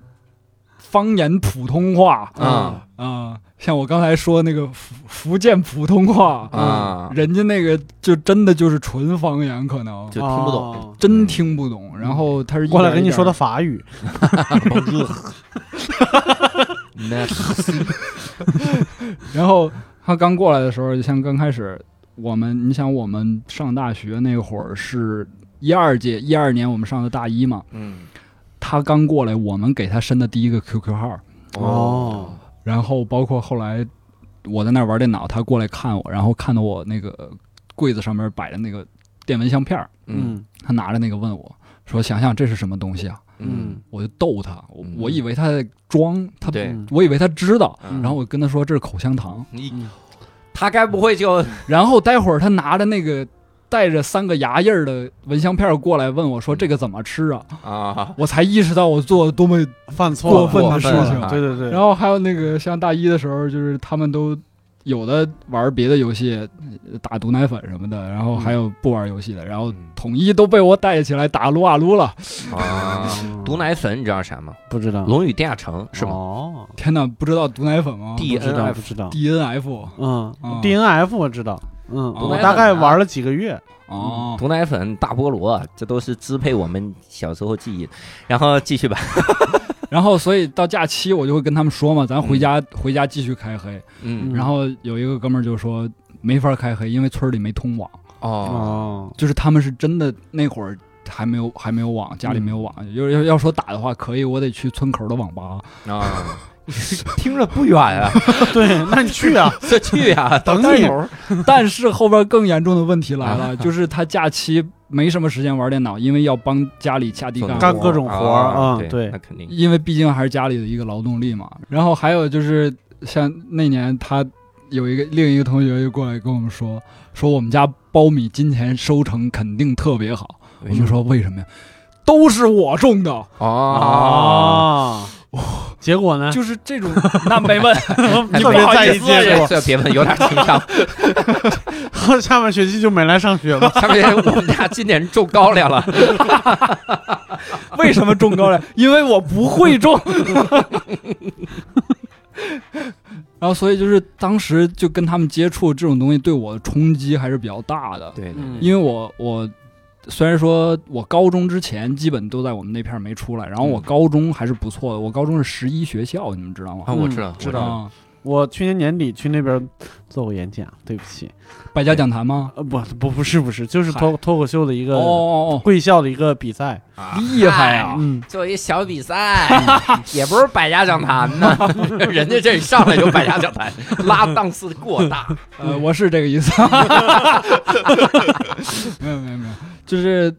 Speaker 2: 方言普通话
Speaker 3: 嗯
Speaker 1: 啊
Speaker 2: 啊、像我刚才说那个福福建普通话，
Speaker 3: 嗯
Speaker 1: 啊，
Speaker 2: 人家那个就真的就是纯方言，可能
Speaker 1: 就听不懂，
Speaker 3: 哦
Speaker 2: 真听不懂。然后他是一
Speaker 3: 嗯过来
Speaker 2: 点
Speaker 3: 跟
Speaker 2: 一
Speaker 3: 你说的
Speaker 2: 点
Speaker 3: 法语，
Speaker 1: 那
Speaker 2: 然后他刚过来的时候，就像刚开始我们，你想我们上大学那会儿是一二届，一二年我们上的大一嘛，
Speaker 1: 嗯
Speaker 2: 他刚过来，我们给他申的第一个 QQ 号，
Speaker 3: 哦，
Speaker 2: 然后包括后来我在那儿玩电脑，他过来看我，然后看到我那个柜子上面摆的那个电文相片儿，
Speaker 1: 嗯
Speaker 3: 嗯
Speaker 2: 他拿着那个问我说：“想想这是什么东西啊
Speaker 1: 嗯，？”
Speaker 2: 我就逗他，我
Speaker 1: 嗯
Speaker 2: 我以为他在装，他
Speaker 1: 对
Speaker 3: 嗯
Speaker 2: 我以为他知道，
Speaker 1: 嗯
Speaker 2: 然后我跟他说这是口香糖。
Speaker 1: 你
Speaker 3: 嗯
Speaker 1: 他该不会就
Speaker 2: 然后待会儿他拿着那个带着三个牙印儿的蚊香片儿过来问我说：“这个怎么吃啊
Speaker 1: 啊？”？
Speaker 2: 我才意识到我做了多么……
Speaker 3: 犯错了
Speaker 2: 过分
Speaker 1: 的事情
Speaker 3: 对对对，
Speaker 2: 然后还有那个像大一的时候，就是他们都有的玩别的游戏，呃打毒奶粉什么的，然后还有不玩游戏的，然后统一都被我带起来打撸啊撸了。
Speaker 1: 啊，毒
Speaker 3: 奶
Speaker 1: 奶粉你知道啥吗？
Speaker 3: 嗯不知道
Speaker 1: 《龙与地下城》是吗 E
Speaker 3: 哦，
Speaker 2: 天哪，不知道毒奶粉吗
Speaker 1: 地
Speaker 3: 不知道
Speaker 1: DNF
Speaker 3: 不知道，
Speaker 2: ？D N F
Speaker 3: 嗯
Speaker 2: 啊
Speaker 3: ，DNF 我知道，嗯，
Speaker 2: 哦
Speaker 3: 我大概玩了几个月，
Speaker 2: 哦，
Speaker 1: 毒奶粉、大菠萝，这都是支配我们小时候记忆。然后继续吧，
Speaker 2: 然后所以到假期我就会跟他们说嘛，咱回家回家继续开黑。
Speaker 1: 嗯
Speaker 2: 然后有一个哥们儿就说没法开黑，因为村儿里没通网。
Speaker 1: 哦，
Speaker 3: 哦，
Speaker 2: 就是他们是真的那会儿还没有还没有网，家里没有网。要要要说打的话，可以，我得去村口的网吧。
Speaker 1: 啊， [LAUGHS] 听着不远 [LAUGHS] 啊，
Speaker 3: 对，那你去啊，
Speaker 1: 这 [LAUGHS] 去呀，
Speaker 3: 等
Speaker 1: 到村
Speaker 3: 你
Speaker 1: 头儿
Speaker 2: 但是后边更严重的问题来
Speaker 1: 啊
Speaker 2: 了，就是他假期没什么时间玩电脑，因为要帮家里下地
Speaker 1: 做
Speaker 2: 干
Speaker 1: 活儿哦嗯
Speaker 3: 干
Speaker 2: 活。
Speaker 3: 各种活儿啊对
Speaker 1: 那肯定
Speaker 2: 因为毕竟还是家里的一个劳动力嘛。然后还有就是像那年他有一个另一个同学就过来跟我们说，说我们家苞米今年收成肯定特别好。
Speaker 1: 哎
Speaker 2: 我就说为什么呀？都是我种的，
Speaker 1: 嗯哦，
Speaker 3: 结果呢？
Speaker 2: 就是这种那没问，
Speaker 1: 哎
Speaker 2: 你
Speaker 3: 特
Speaker 2: 不
Speaker 3: 别
Speaker 2: 好
Speaker 3: 在
Speaker 2: 意
Speaker 3: 意
Speaker 2: 思
Speaker 3: 结
Speaker 1: 这
Speaker 3: 果，
Speaker 1: 这别问，有点倾向。
Speaker 3: 下半学期就没来上学
Speaker 1: [LAUGHS]
Speaker 3: 了。
Speaker 1: 上面我们家今年种高粱 [LAUGHS] 了，
Speaker 2: [LAUGHS] 为什么种高粱？因为我不会种。 [LAUGHS] 然后，所以就是当时就跟他们接触这种东西，对我的冲击还是比较大的。
Speaker 1: 对
Speaker 2: 因为我我虽然说我高中之前基本都在我们那片儿没出来，然后我
Speaker 1: 嗯
Speaker 2: 高中还是不错的，我高中是十一学校，你们知道
Speaker 1: 啊，
Speaker 2: 吗？
Speaker 1: 我知道，
Speaker 3: 知道
Speaker 2: 啊，
Speaker 3: 我去年年底去那边做过演讲，对不起，
Speaker 2: 百家讲坛吗？
Speaker 3: 呃，不不不是不是，就是脱脱口秀的一
Speaker 2: 哦
Speaker 3: 个
Speaker 2: 哦
Speaker 3: 贵校的一个比赛，
Speaker 1: 啊
Speaker 2: 哦，厉害啊！
Speaker 3: 嗯，
Speaker 1: 做一小比赛，也不是百家讲坛 [LAUGHS] 呢，人家这上来就百家讲 [LAUGHS] 坛，拉档次过大。
Speaker 2: 呃，我是这个
Speaker 3: [LAUGHS]
Speaker 2: 意思。没有没有没有，就是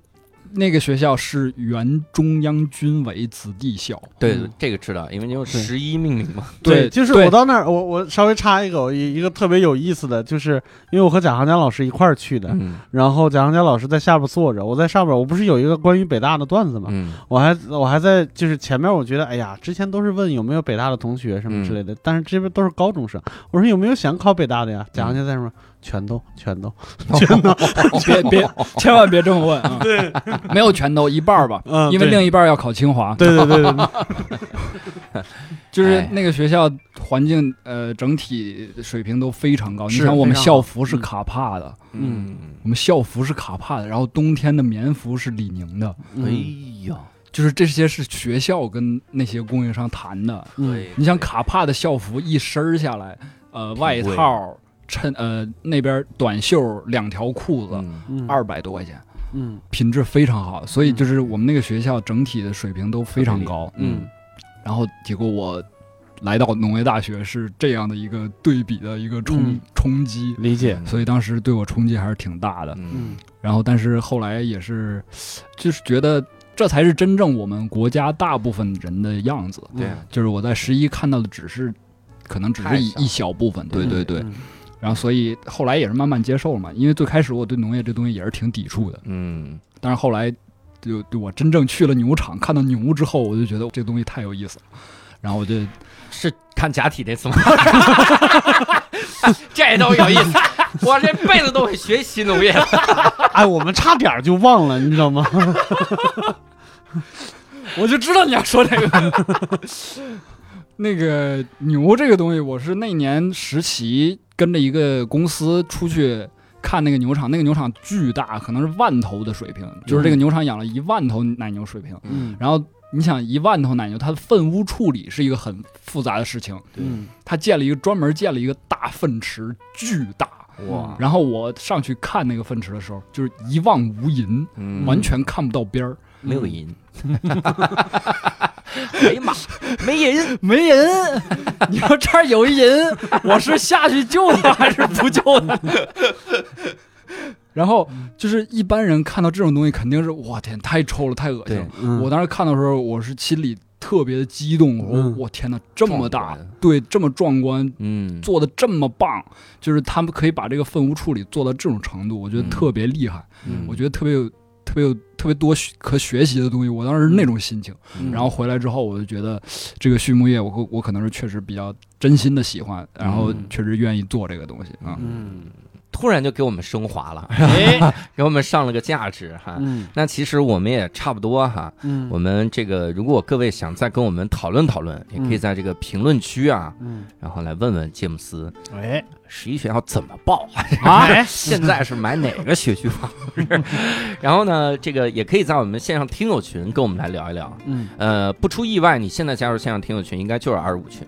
Speaker 2: 那个学校是原中央军委子弟校。
Speaker 1: 对
Speaker 3: 嗯，
Speaker 1: 这个知道，因为你有
Speaker 3: 对
Speaker 1: 十一命名嘛。
Speaker 2: 对，
Speaker 3: 就是
Speaker 2: 对
Speaker 3: 我到那儿，我我稍微插一个，我一一个特别有意思的，就是因为我和贾行家老师一块儿去的，
Speaker 1: 嗯
Speaker 3: 然后贾行家老师在下边坐着，我在上边，我不是有一个关于北大的段子嘛，
Speaker 1: 嗯
Speaker 3: 我还我还在就是前面，我觉得哎呀，之前都是问有没有北大的同学什么之类的，但是这边都是高中生，我说有没有想考北大的呀？贾行家在那边全都全都，
Speaker 2: 哦别
Speaker 3: [LAUGHS]
Speaker 2: 别，千万别这么问啊！
Speaker 3: 对，
Speaker 2: 没有全都一半儿吧，
Speaker 3: 嗯，
Speaker 2: 因为
Speaker 3: 对
Speaker 2: 另一半儿要考清华。
Speaker 3: 对对对对，
Speaker 2: 就是
Speaker 1: 哎
Speaker 2: 那个学校环境，呃，整体水平都非常高。你
Speaker 1: 是
Speaker 2: 想，我们
Speaker 1: 非常好
Speaker 2: 校服是卡帕的，
Speaker 1: 嗯，
Speaker 2: 我们校服是卡帕的，然后冬天的棉服是李宁的，
Speaker 1: 哎呀，
Speaker 2: 就是这些是学校跟那些供应商谈的。
Speaker 3: 嗯
Speaker 2: 你想卡帕的校服一身儿下来，呃，外套、衬呃那边短袖两条裤子，
Speaker 1: 嗯
Speaker 3: 嗯
Speaker 2: 二百多块钱，
Speaker 3: 嗯
Speaker 2: 品质非常好。所以就是我们那个学校整体的水平都非常高。
Speaker 1: 嗯，
Speaker 2: 然后结果我来到农业大学是这样的一个对比的一个冲、
Speaker 3: 嗯
Speaker 2: 冲击，
Speaker 3: [LAUGHS] 理解，
Speaker 2: 所以当时对我冲击还是挺大的。
Speaker 1: 嗯
Speaker 2: 然后但是后来也是，就是觉得这才是真正我们国家大部分人的样子。
Speaker 1: 对
Speaker 3: 嗯
Speaker 2: 就是我在十一看到的只是，可能只
Speaker 1: 太
Speaker 2: 是一
Speaker 1: 小
Speaker 2: 一小部分。对
Speaker 1: 嗯
Speaker 2: 对对。然后所以后来也是慢慢接受了嘛，因为最开始我对农业这东西也是挺抵触的，
Speaker 1: 嗯，
Speaker 2: 但是后来就就我真正去了牛场，看到牛之后，我就觉得这东西太有意思了。然后我就是
Speaker 1: 看假体那 [LAUGHS] 次吗？这都有意 [LAUGHS] 思，我这辈子都会学新农业。
Speaker 3: 哎，我们差点就忘了，你知道吗？
Speaker 2: [LAUGHS] 我就知道你要说这个。 [LAUGHS] 那个牛这个东西，我是那年实习跟着一个公司出去看那个牛场，那个牛场巨大，可能是万头的水平，就是这个牛场养了一万头奶牛水平。
Speaker 3: 嗯
Speaker 2: 然后你想一万头奶牛，它的粪污处理是一个很复杂的事情，
Speaker 3: 嗯
Speaker 2: 它建了一个专门建了一个大粪池，巨大。
Speaker 1: 哇，
Speaker 2: 然后我上去看那个粪池的时候，就是一望无垠，
Speaker 1: 嗯
Speaker 2: 完全看不到边儿。
Speaker 1: 没有银。哎呀妈， [LAUGHS] 没银！
Speaker 2: 没人， [LAUGHS] 你说这儿有一人，我是下去救他还是不救他？ [LAUGHS] 然后就是一般人看到这种东西，肯定是我天，太臭了，太恶心了。
Speaker 3: 嗯
Speaker 2: 我当时看到的时候，我是心里特别的激动，我说
Speaker 3: 嗯
Speaker 2: 我天哪，这么
Speaker 1: 壮
Speaker 2: 大
Speaker 1: 观，
Speaker 2: 对，这么壮观，
Speaker 1: 嗯，
Speaker 2: 做的这么棒，就是他们可以把这个粪污处理做到这种程度，我觉得
Speaker 1: 嗯
Speaker 2: 特别厉害，
Speaker 1: 嗯
Speaker 2: 我觉得特别有。特别有特别多学可学习的东西，我当时是那种心情，
Speaker 1: 嗯
Speaker 2: 然后回来之后，我就觉得这个畜牧业我，我我可能是确实比较真心的喜欢，然后
Speaker 3: 嗯
Speaker 2: 确实愿意做这个东西啊。
Speaker 3: 嗯
Speaker 1: 突然就给我们升华了，哎， [LAUGHS] 给我们上了个价值哈。
Speaker 3: 嗯
Speaker 1: 那其实我们也差不多哈。
Speaker 3: 嗯
Speaker 1: 我们这个，如果各位想再跟我们讨论讨论，也可以在这个评论区啊，
Speaker 3: 嗯
Speaker 1: 然后来问问詹姆斯，
Speaker 3: 哎
Speaker 1: 十一学校怎么报
Speaker 3: 啊
Speaker 1: [LAUGHS] 现在是买哪个学区房？是 [LAUGHS] 然后呢，这个也可以在我们线上听友群跟我们来聊一聊。
Speaker 3: 嗯
Speaker 1: 呃，不出意外，你现在加入线上听友群应该就是二十五群，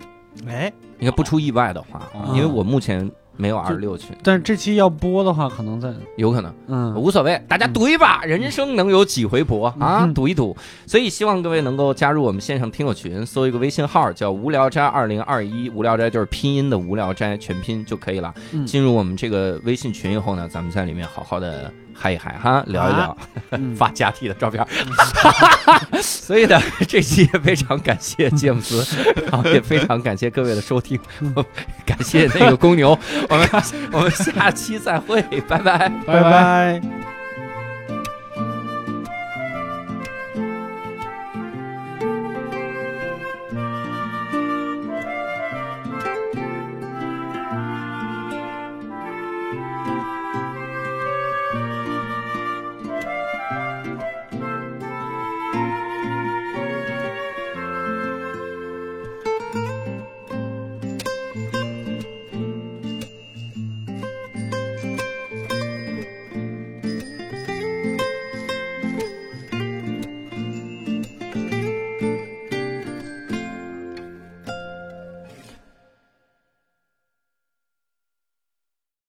Speaker 3: 哎
Speaker 1: 应该不出意外的话，
Speaker 2: 哦
Speaker 1: 因为我目前没有二十六群，
Speaker 3: 但这期要播的话，可能在
Speaker 1: 有可能
Speaker 3: 嗯，
Speaker 1: 无所谓，大家赌一把，人生能有几回搏啊？[LAUGHS]
Speaker 3: 嗯
Speaker 1: 赌一赌。所以希望各位能够加入我们线上听友群，搜一个微信号叫“无聊斋二零二一”，无聊斋就是拼音的无聊斋，全拼就可以了。
Speaker 3: 嗯
Speaker 1: 进入我们这个微信群以后呢，咱们在里面好好的嗨一嗨哈，聊一聊。
Speaker 3: 嗯
Speaker 1: 发假体的照片， [LAUGHS] 所以呢，这期也非常感谢詹姆斯，然后也非常感谢各位的收听，
Speaker 3: 嗯
Speaker 1: [LAUGHS] 我
Speaker 3: [LAUGHS]
Speaker 1: 感谢那个公牛，我们我们下期再会，拜拜。
Speaker 3: 拜拜。